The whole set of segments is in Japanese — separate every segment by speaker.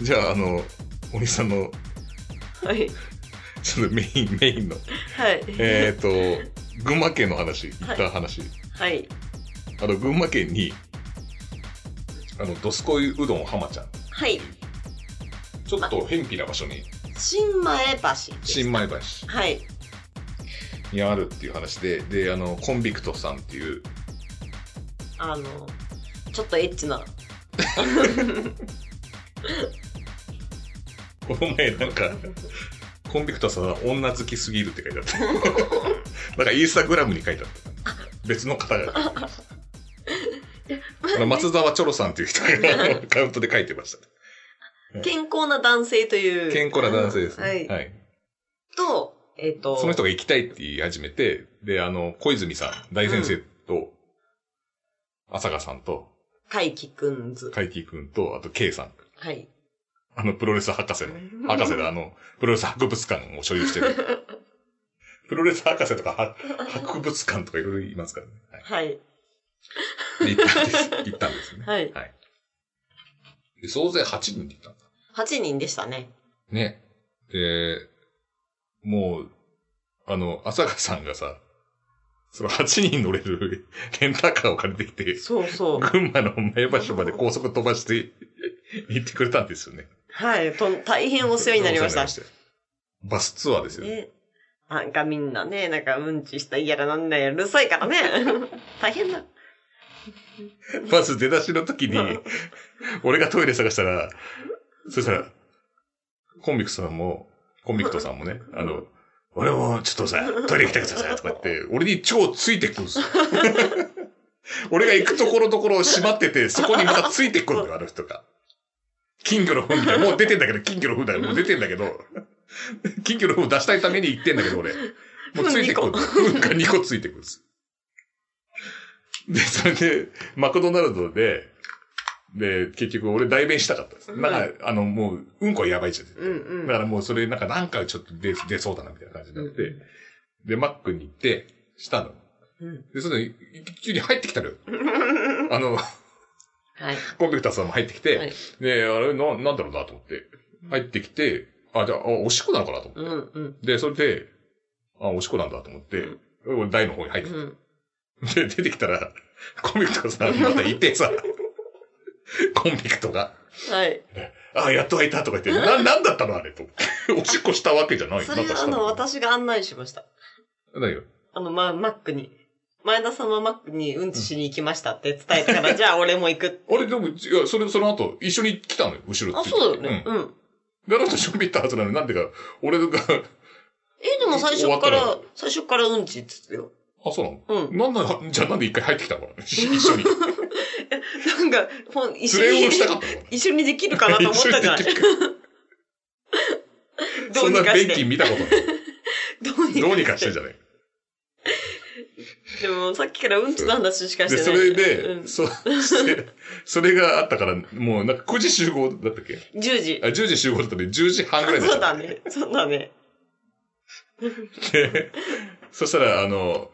Speaker 1: じゃあ、あの、森さんの、
Speaker 2: はい。
Speaker 1: ちょっとメイン、メインの、
Speaker 2: はい。
Speaker 1: えっと、群馬県の話、行った話。
Speaker 2: はい。
Speaker 1: あの、群馬県に、あの、ドスコイうどん浜ちゃん。
Speaker 2: はい。
Speaker 1: ちょっと偏僻な場所に、
Speaker 2: 新前橋です。
Speaker 1: 新米橋
Speaker 2: はい。
Speaker 1: にあるっていう話で、で、あの、コンビクトさんっていう、
Speaker 2: あの、ちょっとエッチな。
Speaker 1: この前なんか、コンビクトさんは女好きすぎるって書いてあった。 なんかインスタグラムに書いてあった。別の方が。あの松沢チョロさんっていう人があのアカウントで書いてました。
Speaker 2: 健康な男性という。
Speaker 1: 健康な男性ですね。
Speaker 2: はい。
Speaker 1: はい。
Speaker 2: と、えっ、と。
Speaker 1: その人が行きたいって言い始めて、で、あの、小泉さん、大先生と、朝香さんと、
Speaker 2: 海輝くんず。
Speaker 1: 海輝くんと、あと、K さん。
Speaker 2: はい。
Speaker 1: あの、プロレス博士の、博士で、あの、プロレス博物館を所有してる。プロレス博士とか、は博物館とかいろいろ言いますからね。はい
Speaker 2: はい。
Speaker 1: で行ったんです。行ったんですね。
Speaker 2: はい
Speaker 1: で総勢8人で行ったんだ。
Speaker 2: 8人でしたね。
Speaker 1: ね。で、もう、あの、朝香さんがさ、その8人乗れる レンタカーを借りてきて、
Speaker 2: そうそう。
Speaker 1: 群馬の前橋まで高速飛ばして行ってくれたんですよね。
Speaker 2: はい。と大変お世話になりました
Speaker 1: お。世話になりましたバスツアーですよね。
Speaker 2: ね。なんかみんなね、なんかうんちしたいやらなんだやうるさいからね。 大変だ。
Speaker 1: バス出だしの時に、俺がトイレ探したら、そしたら、コンビクトさんも、コンビクトさんもね、あの、俺もちょっとさ、トイレ行きたくてさ、とか言って、俺に超ついてくるんです よ。俺が行くところどころ閉まってて、そこにまたついてくるのよ、あの人が。金魚の糞みたい。もう出てんだけど、金魚の糞だよ。もう出てんだけど。金魚の糞出したいために行ってんだけど、俺。もうついてくる。糞が2個ついてくるんです。で、それで、マクドナルドで、で、結局俺代弁したかったです。
Speaker 2: うん
Speaker 1: なんか、あの、もう、うんこはやばいじゃん。
Speaker 2: うんうん。
Speaker 1: だからもうそれ、なんか、なんかちょっと出、出そうだな、みたいな感じになって、で、マックに行って、したの。
Speaker 2: うん
Speaker 1: で、その、い急に入ってき たのよ。あの、
Speaker 2: はい。
Speaker 1: コンビクターさんも入ってきて、
Speaker 2: はい
Speaker 1: で、あれ、な、なんだろうなと思って、入ってきて、あ、じゃあ、あおしっこなのかなと思って。
Speaker 2: うんうん。
Speaker 1: で、それで、あ、おしっこなんだと思って、俺台の方に入って
Speaker 2: うん。
Speaker 1: で、出てきたら、コンビクトさんまたいてさ、コンビクトが、
Speaker 2: はい。
Speaker 1: あ、やっと開いたとか言って、な、なんだったのあれと。おしっこしたわけじゃない。
Speaker 2: そ
Speaker 1: なん
Speaker 2: れ
Speaker 1: かし
Speaker 2: あ
Speaker 1: た
Speaker 2: の、。私が案内しました。
Speaker 1: 何よ。
Speaker 2: あの、ま、マックに。前田様マックにうんちしに行きましたって伝え たから、じゃあ俺も行く。
Speaker 1: あれ、でも、いや、それ、その後、一緒に来たのよ、後ろ
Speaker 2: あ、
Speaker 1: ついて
Speaker 2: そうだよね。。うん。
Speaker 1: うん。で、あの人、しょびったはずなのに、なんでか、俺が、
Speaker 2: え、でも最初か
Speaker 1: 終わ
Speaker 2: ら、最初からうんちっつってよ。
Speaker 1: あ、そうなの
Speaker 2: うん。
Speaker 1: なんなのじゃあなんで一回入ってきたのかな一緒に。
Speaker 2: なんか、ほん、一緒
Speaker 1: 連れを
Speaker 2: に
Speaker 1: し、たかったのか
Speaker 2: 一緒にできるかなと
Speaker 1: な
Speaker 2: 思ったじゃない
Speaker 1: 一緒にでき。るか
Speaker 2: ど
Speaker 1: そう
Speaker 2: に
Speaker 1: んな
Speaker 2: かし
Speaker 1: 便
Speaker 2: て
Speaker 1: 器。見たことない。
Speaker 2: どうにかして。
Speaker 1: どうにかしてじゃない。
Speaker 2: でも、さっきからうんちの話しかして
Speaker 1: で、
Speaker 2: ない。
Speaker 1: それで、
Speaker 2: うん、
Speaker 1: そ、してそれがあったから、もうなんか9時集合だったっけ
Speaker 2: 10時
Speaker 1: あ、。10時集合だったんで、10時半ぐらいだっ
Speaker 2: そう
Speaker 1: た。
Speaker 2: だね。そうだね。
Speaker 1: で、 そしたら、あの、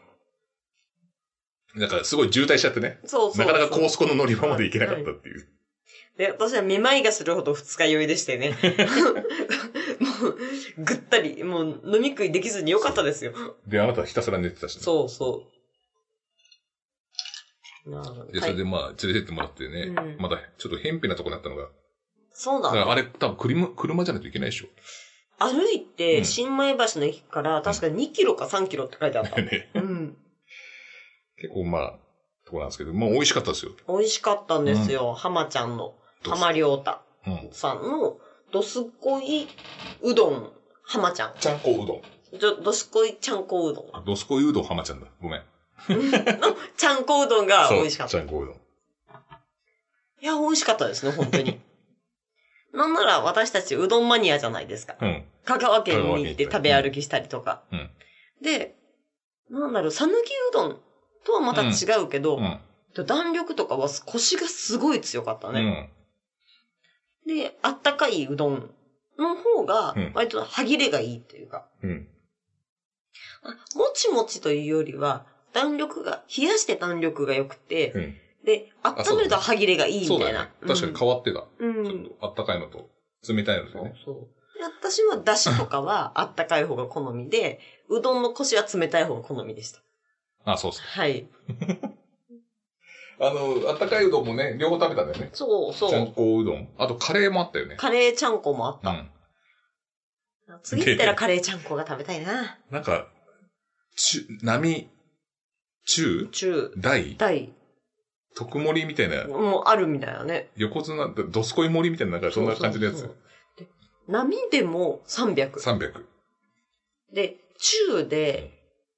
Speaker 1: なんかすごい渋滞しちゃってね。
Speaker 2: そうそうそ
Speaker 1: な
Speaker 2: う。
Speaker 1: かなか高速の乗り場まで行けなかったっていう。
Speaker 2: で、私はめまいがするほど二日酔いでしてね。 もう、ぐったり、もう飲み食いできずによかったですよ。
Speaker 1: で、あなたはひたすら寝てたしね、
Speaker 2: そうそう。なるほど
Speaker 1: で、それでまあ、連れてってもらってね、
Speaker 2: うん
Speaker 1: また、ちょっと偏僻なとこになったのが、
Speaker 2: そう
Speaker 1: だ
Speaker 2: だ
Speaker 1: か
Speaker 2: ね。
Speaker 1: らあれ、多分車、車じゃないといけないでしょ。
Speaker 2: 歩いうて、
Speaker 1: ん
Speaker 2: 新米橋の駅から、確か2キロか3キロって書いてあった。
Speaker 1: ね
Speaker 2: うん。
Speaker 1: 結構まあ、とこなんですけど、まあ、美味しかったですよ。
Speaker 2: 美味しかったんですよ。浜ちゃんの、
Speaker 1: どうぞ
Speaker 2: 浜良太
Speaker 1: うん。
Speaker 2: さんの、どすこいうどん、浜ちゃん。
Speaker 1: ちゃんこうど
Speaker 2: ちょどすこいちゃんこうどん
Speaker 1: ん。。どすこいうどん浜ちゃんだ。ごめん。
Speaker 2: ちゃんこうどんが
Speaker 1: そう
Speaker 2: 美味しかった。
Speaker 1: ちゃんこうどん。
Speaker 2: いや、美味しかったですね、本当に。 なんなら私たちうどんマニアじゃないですか。
Speaker 1: うん。
Speaker 2: 香川県に行って
Speaker 1: 香川県
Speaker 2: 食べ
Speaker 1: 行ったり
Speaker 2: 歩きしたりとか。
Speaker 1: うん
Speaker 2: で、なんだろう、さぬきうどんとはまた違うけど、
Speaker 1: うん。
Speaker 2: 弾力とかは腰がすごい強かった
Speaker 1: う
Speaker 2: ね。
Speaker 1: ん。
Speaker 2: で、あったかいうどんの方が
Speaker 1: うん、
Speaker 2: 割と歯切れがいいというか、
Speaker 1: うん。
Speaker 2: あもちもちというよりは、弾力が、冷やして弾力が良くて、
Speaker 1: うん
Speaker 2: で、温めると歯切れがいいみ
Speaker 1: そう
Speaker 2: た
Speaker 1: だ
Speaker 2: い
Speaker 1: よね
Speaker 2: な。。
Speaker 1: 確かに変わってた。
Speaker 2: うん。う
Speaker 1: ちょっ
Speaker 2: ん
Speaker 1: とあったかいのと、冷たいので
Speaker 2: そう
Speaker 1: ね。
Speaker 2: そう。私は出汁とか はあったかい方が好みで、うどんのコシは冷たい方が好みでした。
Speaker 1: あ、そうっす。
Speaker 2: はい。
Speaker 1: あの、あったかいうどんもね、両方食べたんだよね。
Speaker 2: そうそ
Speaker 1: ちゃん
Speaker 2: う。
Speaker 1: こうどん。あとカレーもあったよね。
Speaker 2: カレーちゃんこもあっ
Speaker 1: うん。
Speaker 2: た。次行ったらカレーちゃんこが食べたいな。
Speaker 1: なんか、ちゅ、波、中、
Speaker 2: 中、
Speaker 1: 大、
Speaker 2: 大、
Speaker 1: 特盛りみたいな、
Speaker 2: もうあるみたいなね。
Speaker 1: 横綱、どすこい盛りみたいな、なんかそんな感じのや
Speaker 2: そうそう
Speaker 1: つ。
Speaker 2: そう。で波でも300。
Speaker 1: 300。
Speaker 2: で、中で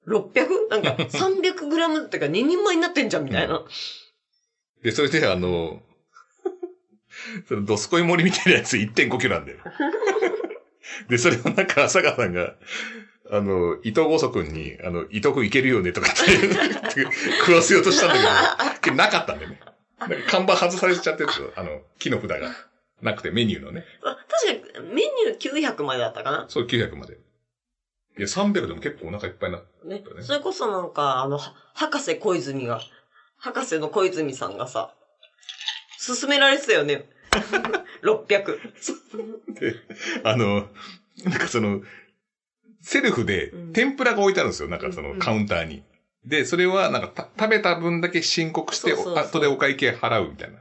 Speaker 2: 600? なんか 300グラムってか2人前になってんじゃんみたいな。
Speaker 1: で、それで、あの、その、どすこい森みたいなやつ1.5キロなんだよ。で、それをなんか、朝川さんが、あの、伊藤剛祖君に、あの、伊藤君いけるよねとかって言って、 食わせようとしたんだけど、なかったんだよね。なんか看板外されちゃってるんですよあの、木の札が。なくて、メニューのね。
Speaker 2: あ確かメニュー900までだったかな。
Speaker 1: そう、900まで。いや、300でも結構お腹いっぱいな。
Speaker 2: ね
Speaker 1: そうだ、ね
Speaker 2: それこそなんか、あの、は博士小泉が、博士の小泉さんがさ、勧められてたよね。600。
Speaker 1: あの、なんかその、セルフで
Speaker 2: うん
Speaker 1: 天ぷらが置いてあるんですよ。なんかそ
Speaker 2: うんう
Speaker 1: の
Speaker 2: ん
Speaker 1: カウンターに。で、それはなんかた食べた分だけ申告して、
Speaker 2: そうそう
Speaker 1: お
Speaker 2: そう
Speaker 1: 後でお会計払うみたいな。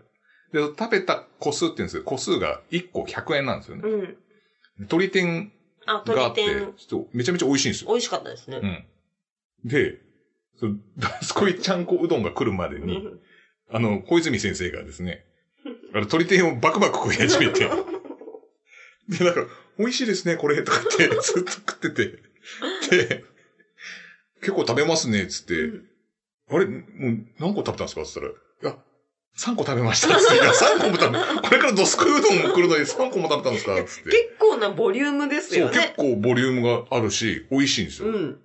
Speaker 1: で、食べた個数って言うんですよ。個数が1個100円なんですよね。
Speaker 2: うん。
Speaker 1: 鶏天
Speaker 2: あ、
Speaker 1: があっ
Speaker 2: 鳥
Speaker 1: て
Speaker 2: 天、、
Speaker 1: ちょっとめちゃめちゃ美味しいんですよ。
Speaker 2: 美味しかったですね
Speaker 1: う。ん。で、その、 ダスコイちゃんこうどんが来るまで
Speaker 2: う
Speaker 1: に、
Speaker 2: ん
Speaker 1: あの、小泉先生がですね、あの、鳥天をバクバク食い始めて、で、なんか、美味しいですね、これ、とかって、 ずっと食ってて、で、結構食べますね、つって、
Speaker 2: うん
Speaker 1: あれ、もう何個食べたんですかつったら、いや、3個食べました、つって、いや、3個も食べ、これからドスコイうどんも来るのに3個も食べたんですかつって。
Speaker 2: 結構なボリュームです
Speaker 1: そう、
Speaker 2: よ
Speaker 1: 結
Speaker 2: ね。
Speaker 1: 構ボリュームがあるし、美味しいんですよ。
Speaker 2: うん。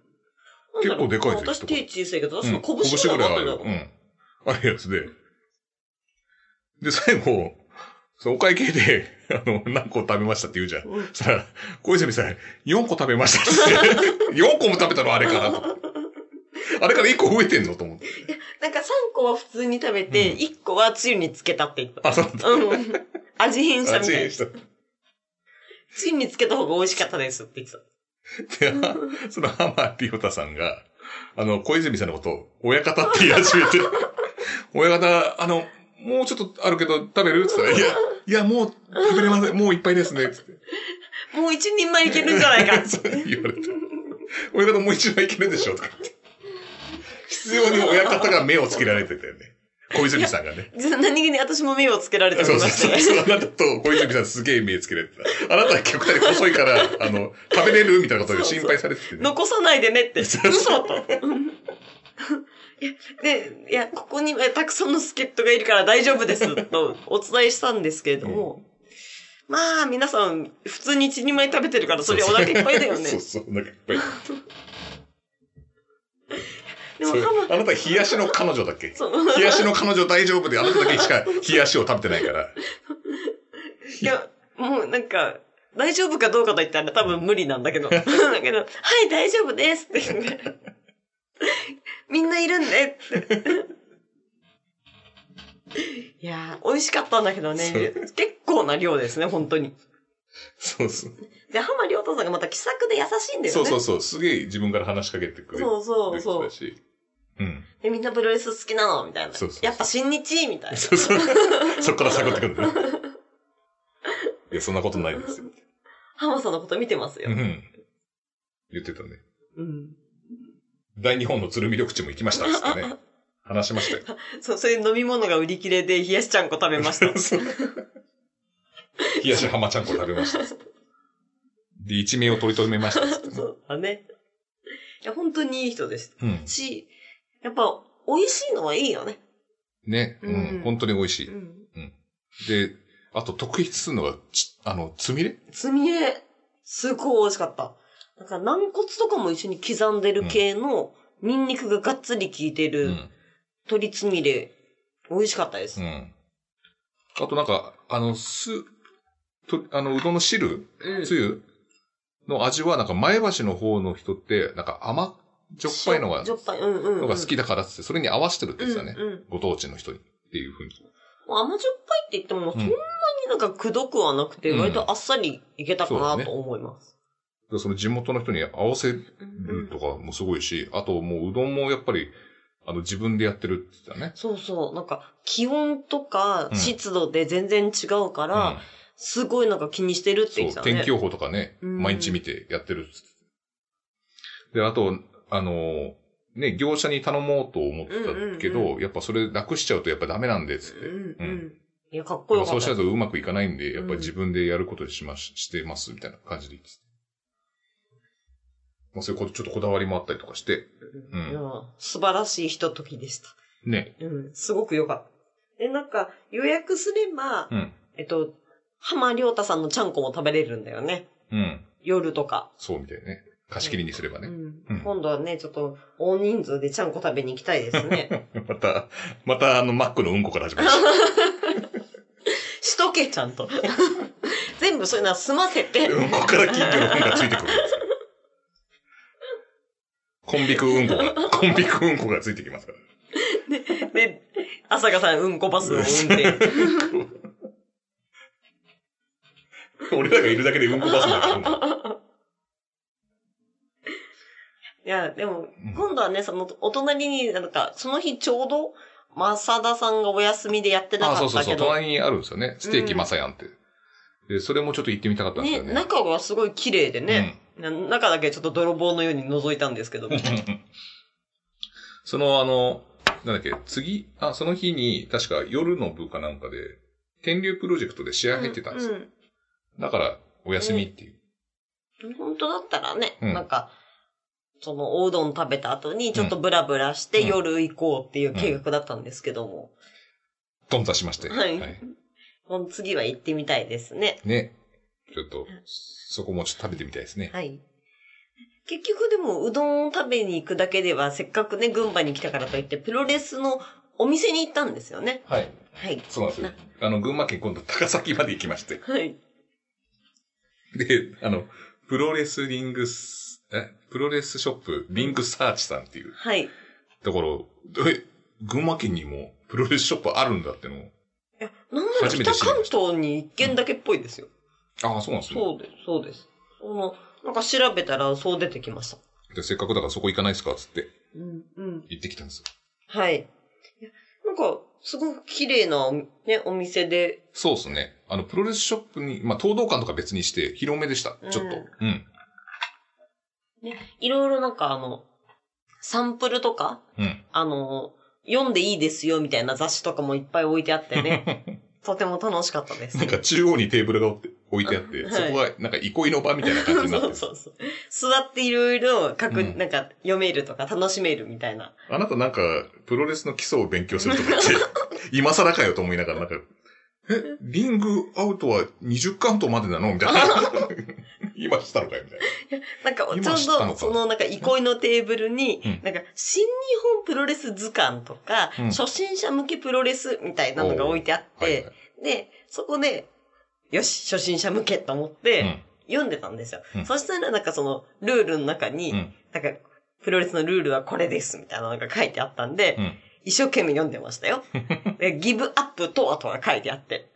Speaker 1: 結構でかいですよ
Speaker 2: 私
Speaker 1: とこ
Speaker 2: 手小さいけど、
Speaker 1: うん
Speaker 2: 確か拳ぐらいあった
Speaker 1: 拳
Speaker 2: よ。
Speaker 1: ぐらいあるうん。あるやつで。で、最後、そのお会計で、 あの、何個食べましたって言うじゃん。
Speaker 2: うん
Speaker 1: そしたら、小泉さん、4個食べましたって 言って。4個も食べたのあれからと。あれから1個増えてんのと思って。
Speaker 2: なんか3個は普通に食べて、
Speaker 1: うん
Speaker 2: 1個はつゆにつけたって言った。
Speaker 1: あ、そうだった。
Speaker 2: うん。味変した
Speaker 1: あ、
Speaker 2: み
Speaker 1: チ
Speaker 2: た
Speaker 1: ェーン
Speaker 2: い。
Speaker 1: した。
Speaker 2: つゆにつけた方が美味しかったですって言ってた。
Speaker 1: で、あその浜リオタさんが、あの、小泉さんのことを、親方って言い始めて、 親方、あの、もうちょっとあるけど食べるって言ったら、いや、いや、もう食べれません。もういっぱいですね。つって
Speaker 2: もう一人前いけるんじゃないかっ
Speaker 1: そ
Speaker 2: て
Speaker 1: う。言われて。親方もう一枚いけるでしょとかって。必要に親方が目をつけられてたよね。小泉さんがね。
Speaker 2: 何気に私も目をつけられてお
Speaker 1: そ
Speaker 2: り
Speaker 1: う
Speaker 2: ま
Speaker 1: そう
Speaker 2: し
Speaker 1: そう。そ
Speaker 2: て。
Speaker 1: うあなたと小泉さんすげえ目つけられてた。あなたは極端に細いから、あの、食べれるみたいなことで心配されてて、ね。
Speaker 2: 残さないでねって。嘘
Speaker 1: そう
Speaker 2: と。 うんいや、で、いや、ここにえたくさんの助っ人がいるから大丈夫ですとお伝えしたんですけれども、まあ、皆さん、普通に一人前食べてるから、それお腹いっぱいだよね
Speaker 1: そう。そう、なんかいっぱい。
Speaker 2: でも、
Speaker 1: それ
Speaker 2: 浜
Speaker 1: あなた、冷やしの彼女だっけ
Speaker 2: そう。
Speaker 1: 冷やしの彼女大丈夫で、あなただけしか冷やしを食べてないから。
Speaker 2: いや、もうなんか、大丈夫かどうかと言ったら多分無理なん だけど。だけど、はい、大丈夫ですって言って。 みんないるんで って。いやー、美味しかったんだけどね。結構な量ですね、本当に。
Speaker 1: そうそう。
Speaker 2: で、浜良太さんがまた気さくで優しいんだよね。
Speaker 1: そうそうそう。すげえ自分から話しかけてくれる
Speaker 2: そうそうそう
Speaker 1: だし。うん。
Speaker 2: で、みんなプロレス好きなのみたいな。
Speaker 1: そうそうそう
Speaker 2: やっぱ新日みたいな。
Speaker 1: そうそう。 そっから探ってくるんだね。いや、そんなことないですよ。
Speaker 2: 浜さんのこと見てます
Speaker 1: う
Speaker 2: よ。
Speaker 1: ん。言ってたね。
Speaker 2: うん。
Speaker 1: 大日本の鶴見緑地も行きましたっつってね。話しましたよ。
Speaker 2: そう、それで飲み物が売り切れで冷やしちゃんこ食べました。
Speaker 1: そう冷やし浜ちゃんこ食べましたっつって。で、一命を取り留めましたっつってね
Speaker 2: そうだね。いや、本当にいい人でした。
Speaker 1: うん。
Speaker 2: し、やっぱ、美味しいのはいいよね。
Speaker 1: ね。う
Speaker 2: うん
Speaker 1: ん。本当に美味しい。
Speaker 2: ん。
Speaker 1: で、あと特筆するのが、ちあの、つみれ
Speaker 2: つみれ、すごい美味しかった。なんか軟骨とかも一緒に刻んでる系の、ニンニクががっつり効いて
Speaker 1: う
Speaker 2: る
Speaker 1: ん。
Speaker 2: 鶏つみれ、美味しかったです。
Speaker 1: うん。あとなんか、あの、す、と、あの、うどんの汁
Speaker 2: うん
Speaker 1: つゆの味は、なんか前橋の方の人って、なんか甘じょっぱいのが、
Speaker 2: しょっぱい、うんうん、うん。
Speaker 1: のが好きだからっつって、それに合わせてるって言
Speaker 2: で
Speaker 1: っ
Speaker 2: す
Speaker 1: て
Speaker 2: よ
Speaker 1: たね
Speaker 2: う。ん、うん。
Speaker 1: ご当地の人にっていうふうに。
Speaker 2: もう甘じょっぱいって言っても、そんなにになんかくどくはなくて、
Speaker 1: うん
Speaker 2: 割とあっさりいけたか
Speaker 1: そうだ
Speaker 2: な
Speaker 1: ね
Speaker 2: と思います。
Speaker 1: らその地元の人に合わせる
Speaker 2: うん
Speaker 1: とかもすごいし、あともううどんもやっぱり、あの自分でやってるって言ってたね。
Speaker 2: そうそう。なんか、気温とか
Speaker 1: うん
Speaker 2: 湿度で全然違うから、
Speaker 1: うん
Speaker 2: すごいなんか気にしてるって
Speaker 1: そ
Speaker 2: 言っ
Speaker 1: う、
Speaker 2: てたね。
Speaker 1: 天気予報とかね、
Speaker 2: うん
Speaker 1: 毎日見てやってるっつって。で、あと、あのーね、業者に頼もうと思ってたけど、
Speaker 2: うんう
Speaker 1: やっぱそれなくしちゃうとやっぱダメなんで、つって。
Speaker 2: うんう。
Speaker 1: うん
Speaker 2: いや、かっこ
Speaker 1: や
Speaker 2: よ
Speaker 1: っぱ
Speaker 2: か
Speaker 1: そう
Speaker 2: っ。
Speaker 1: したないとうまくいかないんで、やっぱ
Speaker 2: うん
Speaker 1: り自分でやることにしまし、してます、みたいな感じで言ってた。まあそういうこと、ちょっとこだわりもあったりとかして、うん
Speaker 2: いや素晴らしいひとときでした。
Speaker 1: ね。
Speaker 2: うん、すごくよかった。で、なんか、予約すれば、
Speaker 1: うん。
Speaker 2: えっと、浜良太さんのちゃんこも食べれるんだよね。
Speaker 1: うん。
Speaker 2: 夜とか。
Speaker 1: そうみたいね。貸し切りにすれば
Speaker 2: う
Speaker 1: ね。
Speaker 2: ん
Speaker 1: うん
Speaker 2: 今度はね、ちょっと、大人数でちゃんこ食べに行きたいですね。
Speaker 1: また、またあの、マックのうんこから始まりまし
Speaker 2: しとけ、ちゃんと。 全部そういうのは済ませて
Speaker 1: た。。うんこから金魚のうんがついてくる。コンビクうんこが、コンビクうんこがついてきますから。
Speaker 2: で、朝香さん、うんこバスを運転。
Speaker 1: 俺らがいるだけでうんこバスになるから。
Speaker 2: いや、でも
Speaker 1: うん、
Speaker 2: 今度はね、その、お隣になんか、その日ちょうど、正田さんがお休みでやってな
Speaker 1: あ、
Speaker 2: か
Speaker 1: そう
Speaker 2: っ
Speaker 1: そう
Speaker 2: た
Speaker 1: そ
Speaker 2: け
Speaker 1: う。
Speaker 2: ど、
Speaker 1: 隣にあるんですよね。ステーキマサヤンって。で、それもちょっと行ってみたかったんです
Speaker 2: ね
Speaker 1: よね。
Speaker 2: 中がすごい綺麗でね、な中だけちょっと泥棒のように覗いたんですけど、
Speaker 1: うん。 その、あの、なんだっけ、次、あ、その日に、確か夜の部かなんかで、天竜プロジェクトで試合入ってたんですよ。
Speaker 2: うん
Speaker 1: だから、お休みっていう。
Speaker 2: うん本当だったらね、
Speaker 1: うん
Speaker 2: なんか、その、おうどん食べた後に、ちょっとブラブラして
Speaker 1: うん
Speaker 2: 夜行こうっていう計画だったんですけども、
Speaker 1: 頓挫しまして。
Speaker 2: はいこの次は行ってみたいですね。
Speaker 1: ね。ちょっと、そこもちょっと食べてみたいですね。
Speaker 2: はい。結局でも、うどんを食べに行くだけでは、せっかくね、群馬に来たからといって、プロレスのお店に行ったんですよね。
Speaker 1: はい。
Speaker 2: はい。
Speaker 1: そうなんですよ。あの、群馬県今度高崎まで行きまして。
Speaker 2: はい。
Speaker 1: で、あの、プロレスリングス、え、プロレスショップ、リングサーチさんっていう
Speaker 2: はい。
Speaker 1: ところ、え、群馬県にもプロレスショップあるんだってのを
Speaker 2: なんなら
Speaker 1: 初めて
Speaker 2: 北
Speaker 1: 知り
Speaker 2: 関
Speaker 1: まし
Speaker 2: 東に一軒だけっぽいですよ。
Speaker 1: ああ、そうなんですね。
Speaker 2: そうです、そうです。その、なんか調べたらそう出てきました。
Speaker 1: でせっかくだからそこ行かないですかっつって
Speaker 2: うん、うん。
Speaker 1: 行ってきたんですよ。
Speaker 2: はい。いやなんか、すごく綺麗な、ね、お店で。
Speaker 1: そうですね。あの、プロレスショップに、まあ、東道館とか別にして、広めでした。ちょっと。うん。
Speaker 2: いろいろなんかあの、サンプルとか、
Speaker 1: うん。
Speaker 2: あの、読んでいいですよみたいな雑誌とかもいっぱい置いてあっ てね。とても楽しかったです。
Speaker 1: なんか中央にテーブルが置いてあって、
Speaker 2: はい
Speaker 1: そこがなんか憩いの場みたいな感じになって
Speaker 2: そう
Speaker 1: る。
Speaker 2: そうそう。座っていろいろ書く、
Speaker 1: うん
Speaker 2: なんか読めるとか楽しめるみたいな。
Speaker 1: あなたなんか、プロレスの基礎を勉強するとか言って、 今更かよと思いながら、なんか、え、リングアウトは20カウントまでなのみ たいな。今したのかよみたいな。
Speaker 2: なんか、ちょう
Speaker 1: 今知ったの
Speaker 2: ど、
Speaker 1: か
Speaker 2: その、なんか、憩いのテーブルに、
Speaker 1: うん
Speaker 2: なんか、新日本プロレス図鑑とか、
Speaker 1: うん
Speaker 2: 初心者向けプロレスみたいなのが置いてあって、
Speaker 1: はいはい。
Speaker 2: で、そこで、よし、初心者向けと思って、読んでたんですよ。
Speaker 1: うん
Speaker 2: そしたら、なんかその、ルールの中に、
Speaker 1: うん
Speaker 2: なんか、プロレスのルールはこれです、みたいなのが書いてあったんで、
Speaker 1: うん
Speaker 2: 一生懸命読んでましたよ。 でギブアップとはとは書いてあって。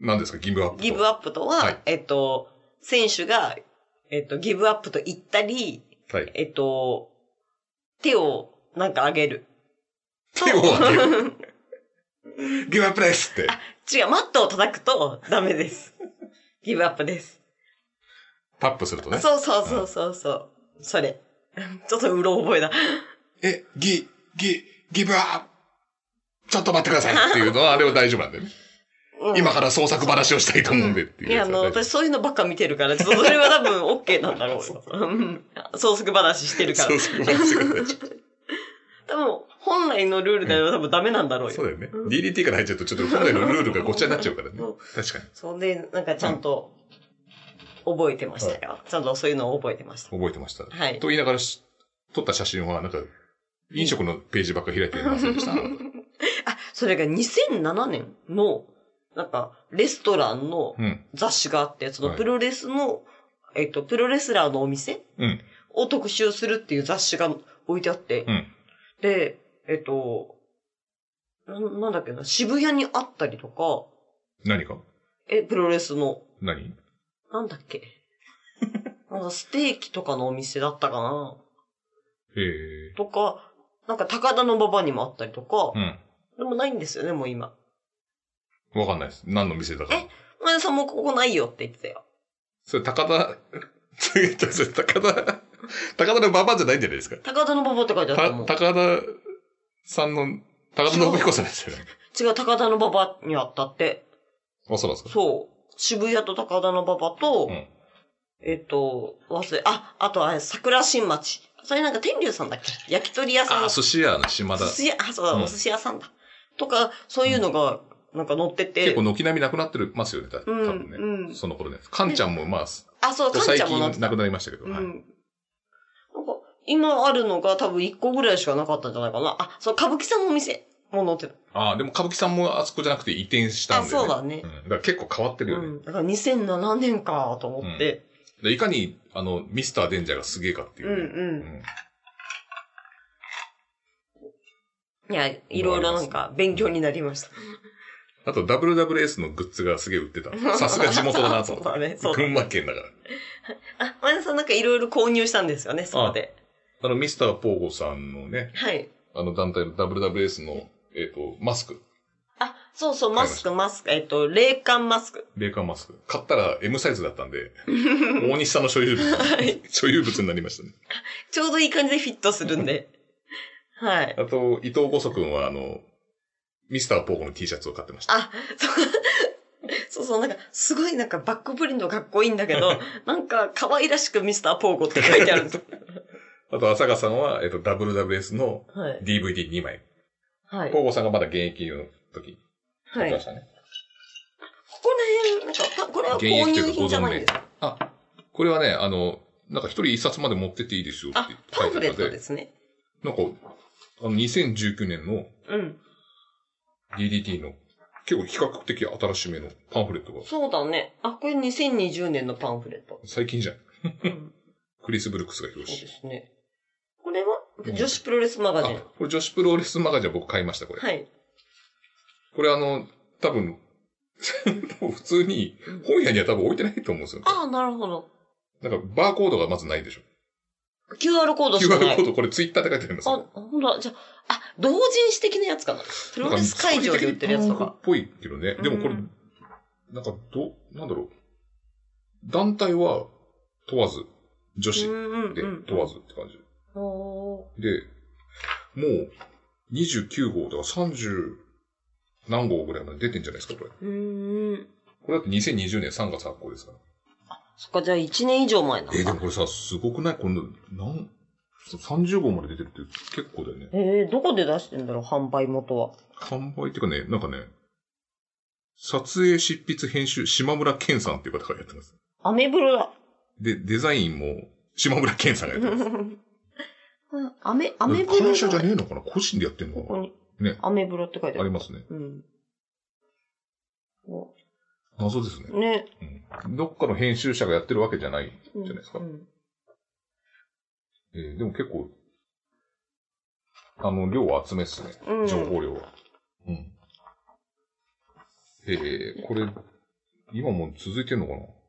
Speaker 1: うん。何ですかギブアップと。
Speaker 2: ギブアップとは、
Speaker 1: はい
Speaker 2: えっと、選手が、えっと、ギブアップと言ったり、
Speaker 1: はい。
Speaker 2: えっと、手をなんか上げる。
Speaker 1: 手を上げる。ギブアップですって。
Speaker 2: 違う、マットを叩くとダメです。ギブアップです。
Speaker 1: タップするとね。
Speaker 2: そうそうそうそうそう。それ。 ちょっとうろ覚えだ。
Speaker 1: え、ギ、ギ、ギブアップちょっと待ってくださいっていうのは、あれは大丈夫なんだ よね。
Speaker 2: うん
Speaker 1: 今から創作話をしたいと思うんでっていう
Speaker 2: いや、
Speaker 1: や
Speaker 2: あ
Speaker 1: つ
Speaker 2: の、
Speaker 1: は大丈夫。
Speaker 2: 私そういうのばっか見てるから、ちょっとそれは多分 OK なんだろう よ。うん創作話してるか
Speaker 1: 創
Speaker 2: ら。
Speaker 1: 作話してくだ さい。
Speaker 2: 多分、本来のルールでは多分ダメなんだろう
Speaker 1: そう
Speaker 2: よ。
Speaker 1: だよね。DDT から入っちゃうと、ちょっと本来のルールがごっちゃになっちゃうからね
Speaker 2: うん。
Speaker 1: 確かに。
Speaker 2: そんで、なんかちゃんと覚えてましたよ。ちゃんとそういうのを覚えてました。
Speaker 1: 覚えてました。
Speaker 2: はい
Speaker 1: と言いながらし、撮った写真は、なんか、飲食のページばっか開いてませんでした。あなた
Speaker 2: あ、それが2007年の、なんか、レストランの
Speaker 1: うん。
Speaker 2: 雑誌があって、その
Speaker 1: はい
Speaker 2: プロレスの、えっと、プロレスラーのお店
Speaker 1: うん。
Speaker 2: を特集するっていう雑誌が置いてあって、
Speaker 1: うん
Speaker 2: で、えっと、ななんだっけな、渋谷にあったりとか、
Speaker 1: 何か
Speaker 2: え、プロレスの、
Speaker 1: 何
Speaker 2: なんだっ け。なんかステーキとかのお店だったかな
Speaker 1: ええ
Speaker 2: とか、なんか高田の馬場にもあったりとか、でもないんですよね、もう今。
Speaker 1: うん。わかんないです。何の店だか。
Speaker 2: え前田さんもここないよって言ってたよ。
Speaker 1: それ、高田、 それ高田、高田のババアじゃないんじゃないですか。
Speaker 2: 高田の馬場って書いてあった
Speaker 1: た
Speaker 2: もん。
Speaker 1: 高田さんの、高田信彦さんですよね。
Speaker 2: 違う、高田の馬場にあったって。
Speaker 1: あ、そうなんですか。
Speaker 2: そう。渋谷と高田の馬場と、
Speaker 1: うん
Speaker 2: えっ、と、忘れ、あ、あとあれ、桜新町。それなんか天竜さんだっけ焼き鳥屋さん。
Speaker 1: あ、寿司屋の島田
Speaker 2: 寿。司屋、あ、そうだ、
Speaker 1: うん
Speaker 2: お寿司屋さんだ。とか、そういうのが、なんか載ってて。
Speaker 1: 結構軒並みなくなってるますよね、た多
Speaker 2: うん
Speaker 1: 分ね。
Speaker 2: うん
Speaker 1: その頃ね。カンちゃんもまあ、
Speaker 2: あ、そう、かん
Speaker 1: 最
Speaker 2: ちゃんも載って
Speaker 1: 近
Speaker 2: た。
Speaker 1: なくなりましたけど。
Speaker 2: うん。
Speaker 1: は
Speaker 2: ないんか、今あるのが多分1個ぐらいしかなかったんじゃないかな。あ、そう、歌舞伎さんのお店も載ってた。
Speaker 1: ああ、でも歌舞伎さんもあそこじゃなくて移転したん
Speaker 2: あ、
Speaker 1: で、ね。
Speaker 2: そうだね
Speaker 1: う。ん。だから結構変わってる
Speaker 2: う
Speaker 1: よね。
Speaker 2: ん。だから2007年かと思って。
Speaker 1: でいかに、あの、ミスターデンジャーがすげえかっていううね、
Speaker 2: ん
Speaker 1: うん
Speaker 2: うん。いや、いろいろなんか勉強になりました。
Speaker 1: あと WWS のグッズがすげえ売ってた。さすが地元だなと思っ
Speaker 2: そうだね
Speaker 1: て。
Speaker 2: そうだね
Speaker 1: 群馬県だから。
Speaker 2: あ、前田さんなんかいろいろ購入したんですよね、そこで。
Speaker 1: あの、ミスターポーゴさんのね、
Speaker 2: はい。
Speaker 1: あの団体の WWS の、えっ、と、マスク。
Speaker 2: あ、そうそう、マスク、マスク、えっと、冷感マスク。
Speaker 1: 冷感マスク。買ったら M サイズだったんで、 大西さんの所有物、所有物になりましたね。
Speaker 2: ちょうどいい感じでフィットするん で。はい。
Speaker 1: あと、伊藤五祖君は、あの、ミスターポーゴの T シャツを買ってました。
Speaker 2: あ、そう。 そうそう、なんか、すごいなんかバックプリントかっこいいんだけ ど、なんか可愛らしくミスターポーゴって書いてあるんです。
Speaker 1: あと、浅香さんは、えっ、と、WWS の
Speaker 2: はい。
Speaker 1: DVD2 枚。
Speaker 2: はい。
Speaker 1: ポーゴさんがまだ現役の時、
Speaker 2: は
Speaker 1: 買
Speaker 2: い。
Speaker 1: ってまし
Speaker 2: こ
Speaker 1: たね。
Speaker 2: こら辺、なんか、たこれは購入品じゃないんです。
Speaker 1: あ、これはね、あの、なんか一人一冊まで持ってっていいですよっ
Speaker 2: あ
Speaker 1: て、
Speaker 2: パンフレッ
Speaker 1: の
Speaker 2: ト
Speaker 1: で
Speaker 2: で、すね。
Speaker 1: なんか、あの、2019年の
Speaker 2: うん。
Speaker 1: DDT の結構比較的新しめのパンフレットが、
Speaker 2: そうだね。あ、これ2020年のパンフレッ ト。
Speaker 1: 最近じゃん。
Speaker 2: うん。
Speaker 1: クリス・ブルックスが
Speaker 2: そう
Speaker 1: 表
Speaker 2: で
Speaker 1: 紙。
Speaker 2: すね。これは
Speaker 1: うん
Speaker 2: 女子プロレスマガジン
Speaker 1: あ。、これ女子プロレスマガジンは僕買いました、これ。
Speaker 2: はい。
Speaker 1: これあの、多分、 多分普通に本屋には多分置いてないと思うんですよ。
Speaker 2: ああ、なるほど。
Speaker 1: なんかバーコードがまずないでしょ。
Speaker 2: QR コードしか
Speaker 1: QR
Speaker 2: ない。
Speaker 1: コード、これツイッターで書いてありますよ。
Speaker 2: あ、ほんとだ。じゃあ、あ、同人誌的なやつかな。プロレス会場で売ってるやつ
Speaker 1: な
Speaker 2: と
Speaker 1: ん
Speaker 2: か。
Speaker 1: 比較的パンクっぽいけどね。でもこれ、
Speaker 2: うん
Speaker 1: なんかど、なんだろう。団体は問わず、女
Speaker 2: う
Speaker 1: 子
Speaker 2: んうん
Speaker 1: で
Speaker 2: うん。
Speaker 1: 問わずって感じ。
Speaker 2: お
Speaker 1: で、もう29号とか30何号ぐらいまで出てんじゃないですか、これ。
Speaker 2: ーうん。
Speaker 1: これだって2020年3月発行ですから。
Speaker 2: そっか、じゃあ1年以上前なん
Speaker 1: えー、で
Speaker 2: だ
Speaker 1: も。これさ、すごくないこの、なん、30号まで出てるって結構だよね。
Speaker 2: えー、どこで出してんだろう、販売元は。
Speaker 1: 販売っていうかね、なんかね、撮影執筆編集、島村健さんっていう方がやってます。
Speaker 2: アメブロ だ。
Speaker 1: で、デザインも、島村健さんがやってます。
Speaker 2: うんアメ、 アメブロ
Speaker 1: 会社じゃ
Speaker 2: だ。
Speaker 1: ねえのかな個人でやってんの
Speaker 2: こ
Speaker 1: か
Speaker 2: こに。
Speaker 1: ね
Speaker 2: アメブロって書いて
Speaker 1: な
Speaker 2: あ
Speaker 1: あり
Speaker 2: る。
Speaker 1: ますね。
Speaker 2: うん。お
Speaker 1: 謎ですね、
Speaker 2: ね。
Speaker 1: うんどっかの編集者がやってるわけじゃない。
Speaker 2: うん
Speaker 1: じゃないですか
Speaker 2: うん
Speaker 1: えーでも結構、あの、量を集めっすね。
Speaker 2: うん
Speaker 1: 情報量は。うん。えー、これ、今も続いてんのかなこ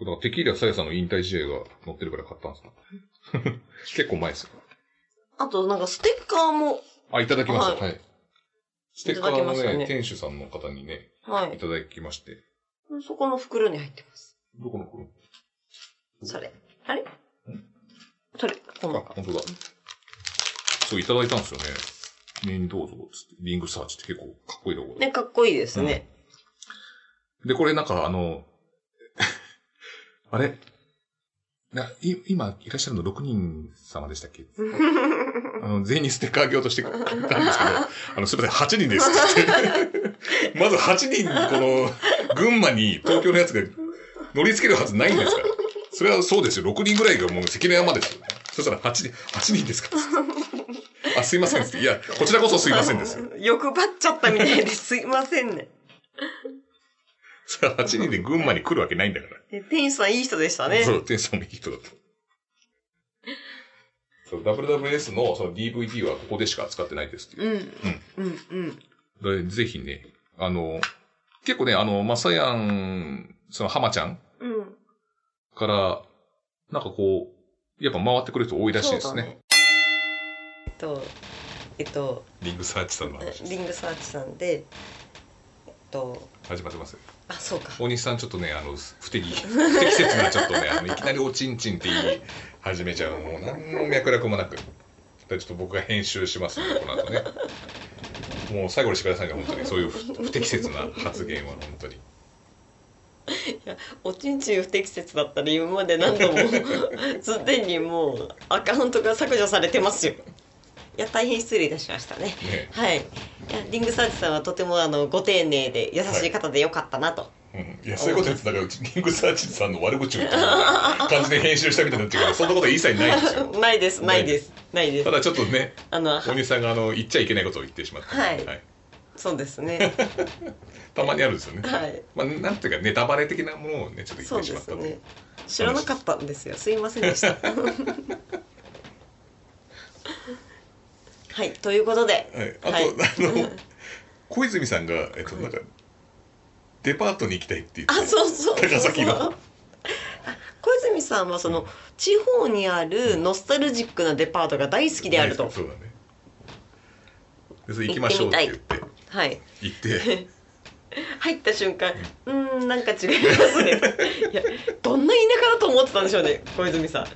Speaker 1: れだからテキーラ・サヤさんの引退試合が載ってるから買ったんですか 結構前ですよ。
Speaker 2: あと、なんかステッカーも、
Speaker 1: あ、いただきました。
Speaker 2: はい
Speaker 1: はい。ステッカー
Speaker 2: いただ
Speaker 1: の
Speaker 2: きました
Speaker 1: ね、
Speaker 2: ね
Speaker 1: 店主さんの方にね、
Speaker 2: はいい。
Speaker 1: ただきまして。
Speaker 2: そこの袋に入ってます。
Speaker 1: どこのこ
Speaker 2: それ。あれそれ、こ
Speaker 1: あ
Speaker 2: の、。
Speaker 1: 本当だ。そう、いただいたんですよね。面どうぞ、つって。リングサーチって結構かっこいいところ。
Speaker 2: ね、かっこいいですね。
Speaker 1: で、これなんかあの、 あれない今いらっしゃるの6人様でしたっけあの全員にステッカーあげようとして買ったんですけど、あの、すみません、8人ですって。 まず8人、この、群馬に東京のやつが乗り付けるはずないんですから。それはそうですよ。6人ぐらいがもう関の山ですよ。そしたら8人、8人ですかあ、すいませんっつって。いや、こちらこそすいません ですよ。
Speaker 2: 欲張っちゃったみたいですいませんね。
Speaker 1: それは8人で群馬に来るわけないんだから。
Speaker 2: で店員さんいい人でしたね。
Speaker 1: そう、店主さんもいい人だった。そう、WWS のその DVD はここでしか扱ってないですっていう
Speaker 2: うん。うん。うん。
Speaker 1: でぜひね、あの、結構ね、あの、まさやん、その、浜ちゃん
Speaker 2: うん。
Speaker 1: から、なんかこう、やっぱ回ってくる人多いらしいですね。
Speaker 2: そうだね。えっと、えっと、
Speaker 1: リングサーチさんの話
Speaker 2: リングサーチさんで、えっと、
Speaker 1: 始まってますよ。
Speaker 2: あ、そうか。
Speaker 1: 大西さんちょっとね、あの、不適、 不適切なちょっとね、あの、いきなりおちんちんって言い始めちゃう。もう何の脈絡もなく。でちょっと僕が編集しますので、この後ね。もう最後にしてくださいね、本当に。そういう不不適切な発言は、本当に。
Speaker 2: おちんちん不適切だったら今まで何 度もすでにもうアカウントが削除されてますよいや大変失礼いたしましたね
Speaker 1: ね
Speaker 2: はいいやリングサーチさんはとてもあのご丁寧で優しい方でよかったなと、。
Speaker 1: うんいや、そういうことやってたから、うちリングサーチさんの悪口を言ったような感じで編集したみたいになってるから、そんなことは一切ないんですよ
Speaker 2: ないですないですないです
Speaker 1: ただちょっとね、
Speaker 2: あのは
Speaker 1: 大西さんがあの言っちゃいけないことを言ってしまった、
Speaker 2: はいそうですね
Speaker 1: たまにあるんですよね。
Speaker 2: はい
Speaker 1: まあ、なんていうか、ネタバレ的なものをね、ちょっと言
Speaker 2: そ
Speaker 1: っ
Speaker 2: う
Speaker 1: てし
Speaker 2: で
Speaker 1: まった
Speaker 2: す
Speaker 1: という
Speaker 2: ね知らなかったんですよすいませんでした はいということで
Speaker 1: はい、あと、
Speaker 2: はい
Speaker 1: あの小泉さんが、えっと、なんか、デパートに行きたいって言って
Speaker 2: あ、そうそうそうそう
Speaker 1: 高崎の
Speaker 2: あ小泉さんはその地方にあるノスタルジックなデパートが大好きであると。
Speaker 1: そうだねでそれ行きましょうって言って
Speaker 2: はい。
Speaker 1: 行って
Speaker 2: 入った瞬間、うーん、なんか違います ね。いや、どんな田舎だと思ってたんでしょうね、小泉さん。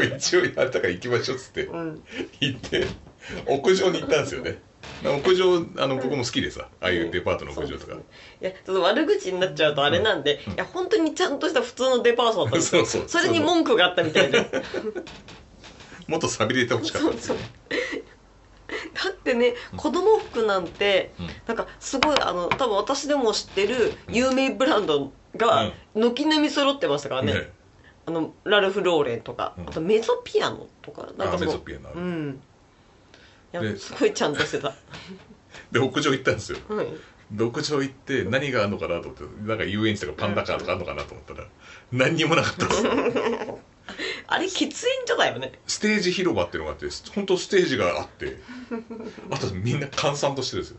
Speaker 1: でも一応あれだから行きましょうっつって
Speaker 2: うん。
Speaker 1: 行って屋上に行ったんですよね屋上あの僕も好きでさああいうデパートの屋上とか
Speaker 2: そういや、ちょっと悪口になっちゃうとあれなんで、いや、本当にちゃんとした普通のデパートだったんですよ。
Speaker 1: そうそう
Speaker 2: れに文句があったみたいで。
Speaker 1: もっと寂れてほしかったんですよね
Speaker 2: だってね子供服なんて、
Speaker 1: うん
Speaker 2: なんかすごいあの多分私でも知ってる有名ブランドが軒並み揃ってましたからね、
Speaker 1: ね
Speaker 2: あのラルフ・ローレンとか、
Speaker 1: うん
Speaker 2: あとメゾピアノとかなん
Speaker 1: あ
Speaker 2: か
Speaker 1: メゾ
Speaker 2: その
Speaker 1: ピアノあ
Speaker 2: う
Speaker 1: る
Speaker 2: んいや
Speaker 1: です
Speaker 2: ごいちゃんと してた、
Speaker 1: で屋上行ったんですよ
Speaker 2: はい、
Speaker 1: 屋上行って何があるのかなと思ってなんか遊園地とかパンダカーとかあるのかなと思ったら何にもなかったんですよ
Speaker 2: あれ喫煙所だよね
Speaker 1: ステージ広場っていうのがあって本当ステージがあってあとみんな閑散としてるんですよ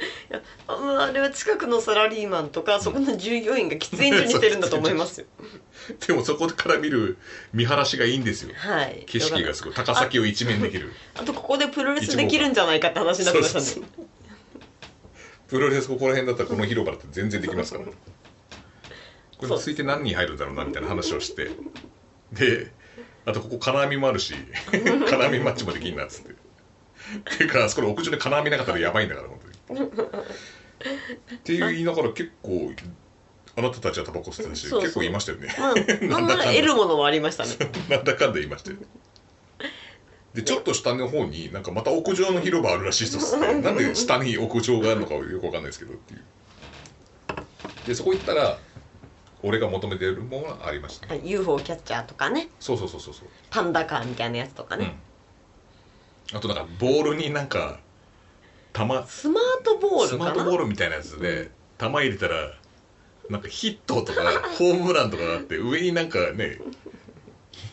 Speaker 2: いやあうんあれは近くのサラリーマンとかそこの従業員が喫煙所にしてるんだと思いますよ
Speaker 1: で もそこから見る見晴らしがいいんですよ
Speaker 2: はい
Speaker 1: 景色がすごい高崎を一面できる
Speaker 2: あとここでプロレスできるんじゃないかって話になってましたね
Speaker 1: そうそうそうプロレスここら辺だったらこの広場だって全然できますからこれ続いて何人入るんだろうなみたいな話をしてであとここ金網もある し金網マッチもできんなっつっててかあそこの屋上で金網なかったらやばいんだから本当にっていう言いながら結構あなたたちはタバコ吸ってたし
Speaker 2: そうそう
Speaker 1: 結構いましたよ ね
Speaker 2: まあ、なんなら得るものもありましたね。
Speaker 1: なんだかんだ言いましたよねでちょっと下の方になんかまた屋上の広場あるらしい人っ すってなんで下に屋上があるのかよくわかんないですけどっていうでそこ行ったら俺が求めてるものがありましたね
Speaker 2: UFO キャッチャーとかね、
Speaker 1: そうそうそうそうそう、
Speaker 2: パンダカーみたいなやつとか
Speaker 1: う
Speaker 2: ね。
Speaker 1: ん、あとなんかボールになんか玉
Speaker 2: スマートボー
Speaker 1: ス
Speaker 2: ル
Speaker 1: マ
Speaker 2: か
Speaker 1: ートボー
Speaker 2: な。
Speaker 1: ルみたいなやつで玉入れたらなんかヒットとかホームランとかがあって上になんかね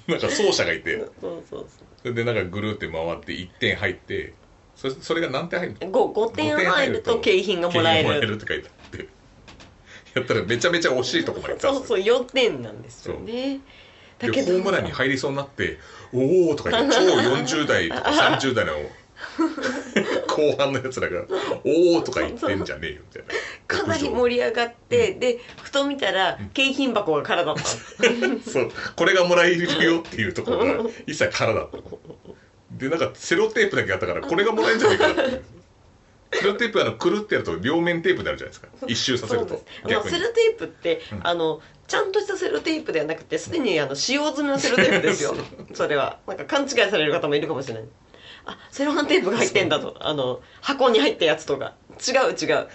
Speaker 1: なんか走者がいて
Speaker 2: そうそう
Speaker 1: それでなんかぐるって回って1点入ってそそれが何点入る
Speaker 2: そう。五五点入ると景品がもらえ
Speaker 1: 景品が
Speaker 2: る。
Speaker 1: って書いてあってやったらめちゃめちゃ惜しいとこまで行ったん
Speaker 2: そ
Speaker 1: で
Speaker 2: う
Speaker 1: すよ
Speaker 2: そう四点なんですよね。だけ
Speaker 1: で
Speaker 2: ど
Speaker 1: ホームランに入りそうになって「おお」とか 言って超40代とか30代の後半のやつらが「おお」とか言ってんじゃねえよみたいな
Speaker 2: かなり盛り上がって、でふと見たら景品箱が空だったんです。
Speaker 1: そうこれがもらえるよっていうところが一切空だったでなんかセロテープだけあったからこれがもらえるんじゃないかなっていうセロテープあのくるってやると両面テープになるじゃないですか一周させ
Speaker 2: そ
Speaker 1: る
Speaker 2: うです
Speaker 1: と。
Speaker 2: あの
Speaker 1: 逆
Speaker 2: セ
Speaker 1: に
Speaker 2: ロテープって
Speaker 1: うん
Speaker 2: あのちゃんとしたセロテープではなくてすでにあの使用済みのセロテープ ですよそれはなんか勘違いされる方もいるかもしれないあセロハンテープが入ってんだとあの箱に入ったやつとか違う違 う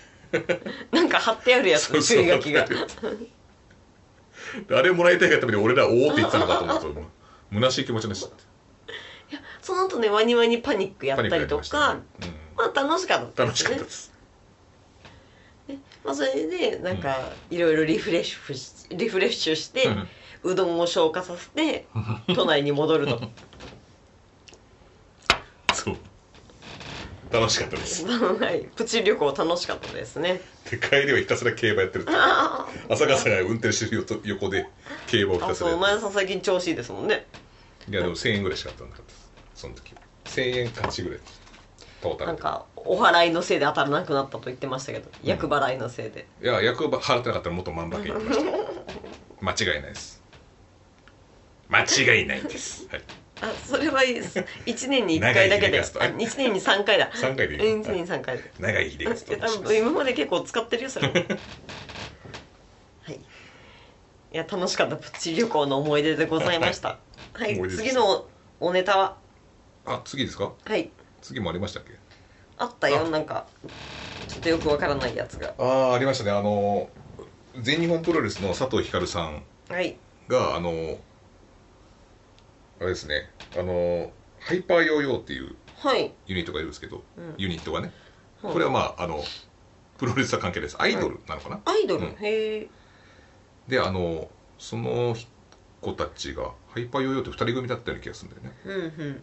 Speaker 2: なんか貼ってあるやつ
Speaker 1: そうそう
Speaker 2: 注意書 きが
Speaker 1: あれもらいたいがために俺らおおって言ってたのかと思うともう虚しい気持ちになっちゃって
Speaker 2: その後ねワニワニパニックやったりと
Speaker 1: パニックになり
Speaker 2: か
Speaker 1: ましたね
Speaker 2: まあ楽しかった
Speaker 1: うん、楽
Speaker 2: で
Speaker 1: し
Speaker 2: す
Speaker 1: かっ
Speaker 2: ね
Speaker 1: たです
Speaker 2: まあそれでなんかいろいろリフレッシュしリフレッシュして、
Speaker 1: うん
Speaker 2: うどんを消化させて 都内に戻ると
Speaker 1: そう楽しかったです。
Speaker 2: はい。 プチ旅行楽しかったですね。
Speaker 1: で、帰りはひたすら競馬やってるって。
Speaker 2: あ
Speaker 1: 朝霞さんが運転してるよと横で競馬をひたすら
Speaker 2: そう、
Speaker 1: やって
Speaker 2: 前田さん最近調子いいですもんね。
Speaker 1: る。いや、でも1000円ぐらいしか当たんなかったです。その時。1000円勝ちぐらい。トータル
Speaker 2: な
Speaker 1: で
Speaker 2: んか、お払いのせいで当たらなくなったと言ってましたけど、厄払いのせいで。
Speaker 1: いや、役場払ってなかったらもっと万馬券行きました。間違いないです。間違いないです。はい。
Speaker 2: あ、それはいいです。1年に1回だけで。
Speaker 1: 長い
Speaker 2: あ
Speaker 1: 日で行きます
Speaker 2: 1年に3回だ。
Speaker 1: 3回でい
Speaker 2: うん
Speaker 1: い
Speaker 2: 1年に3回で。
Speaker 1: 長い日で
Speaker 2: いや
Speaker 1: すと申
Speaker 2: 多
Speaker 1: します
Speaker 2: 分今まで結構使ってるよそれもはいいや楽しかったプチ旅行の思い出でございましたはい
Speaker 1: 思い出です
Speaker 2: 次のおネタは
Speaker 1: あ、次ですか
Speaker 2: はい
Speaker 1: 次もありましたっけ
Speaker 2: あったよ
Speaker 1: あ
Speaker 2: なんかちょっとよくわからないやつが
Speaker 1: ああ、ありましたね。あの、全日本プロレスの佐藤光さん
Speaker 2: はい
Speaker 1: が、あの、あれですね、あの、ハイパーヨーヨーっていう
Speaker 2: はい、
Speaker 1: ユニットがいるんですけど、
Speaker 2: うん
Speaker 1: ユニットがね、
Speaker 2: うん
Speaker 1: これはまあ、あの、プロレスは関係ないです。アイドルなのかな、
Speaker 2: アイド
Speaker 1: う
Speaker 2: ル、
Speaker 1: ん
Speaker 2: へえ
Speaker 1: で、あの、その子たちが、ハイパーヨーヨーって二人組だったような気がするんだよね。
Speaker 2: うんうん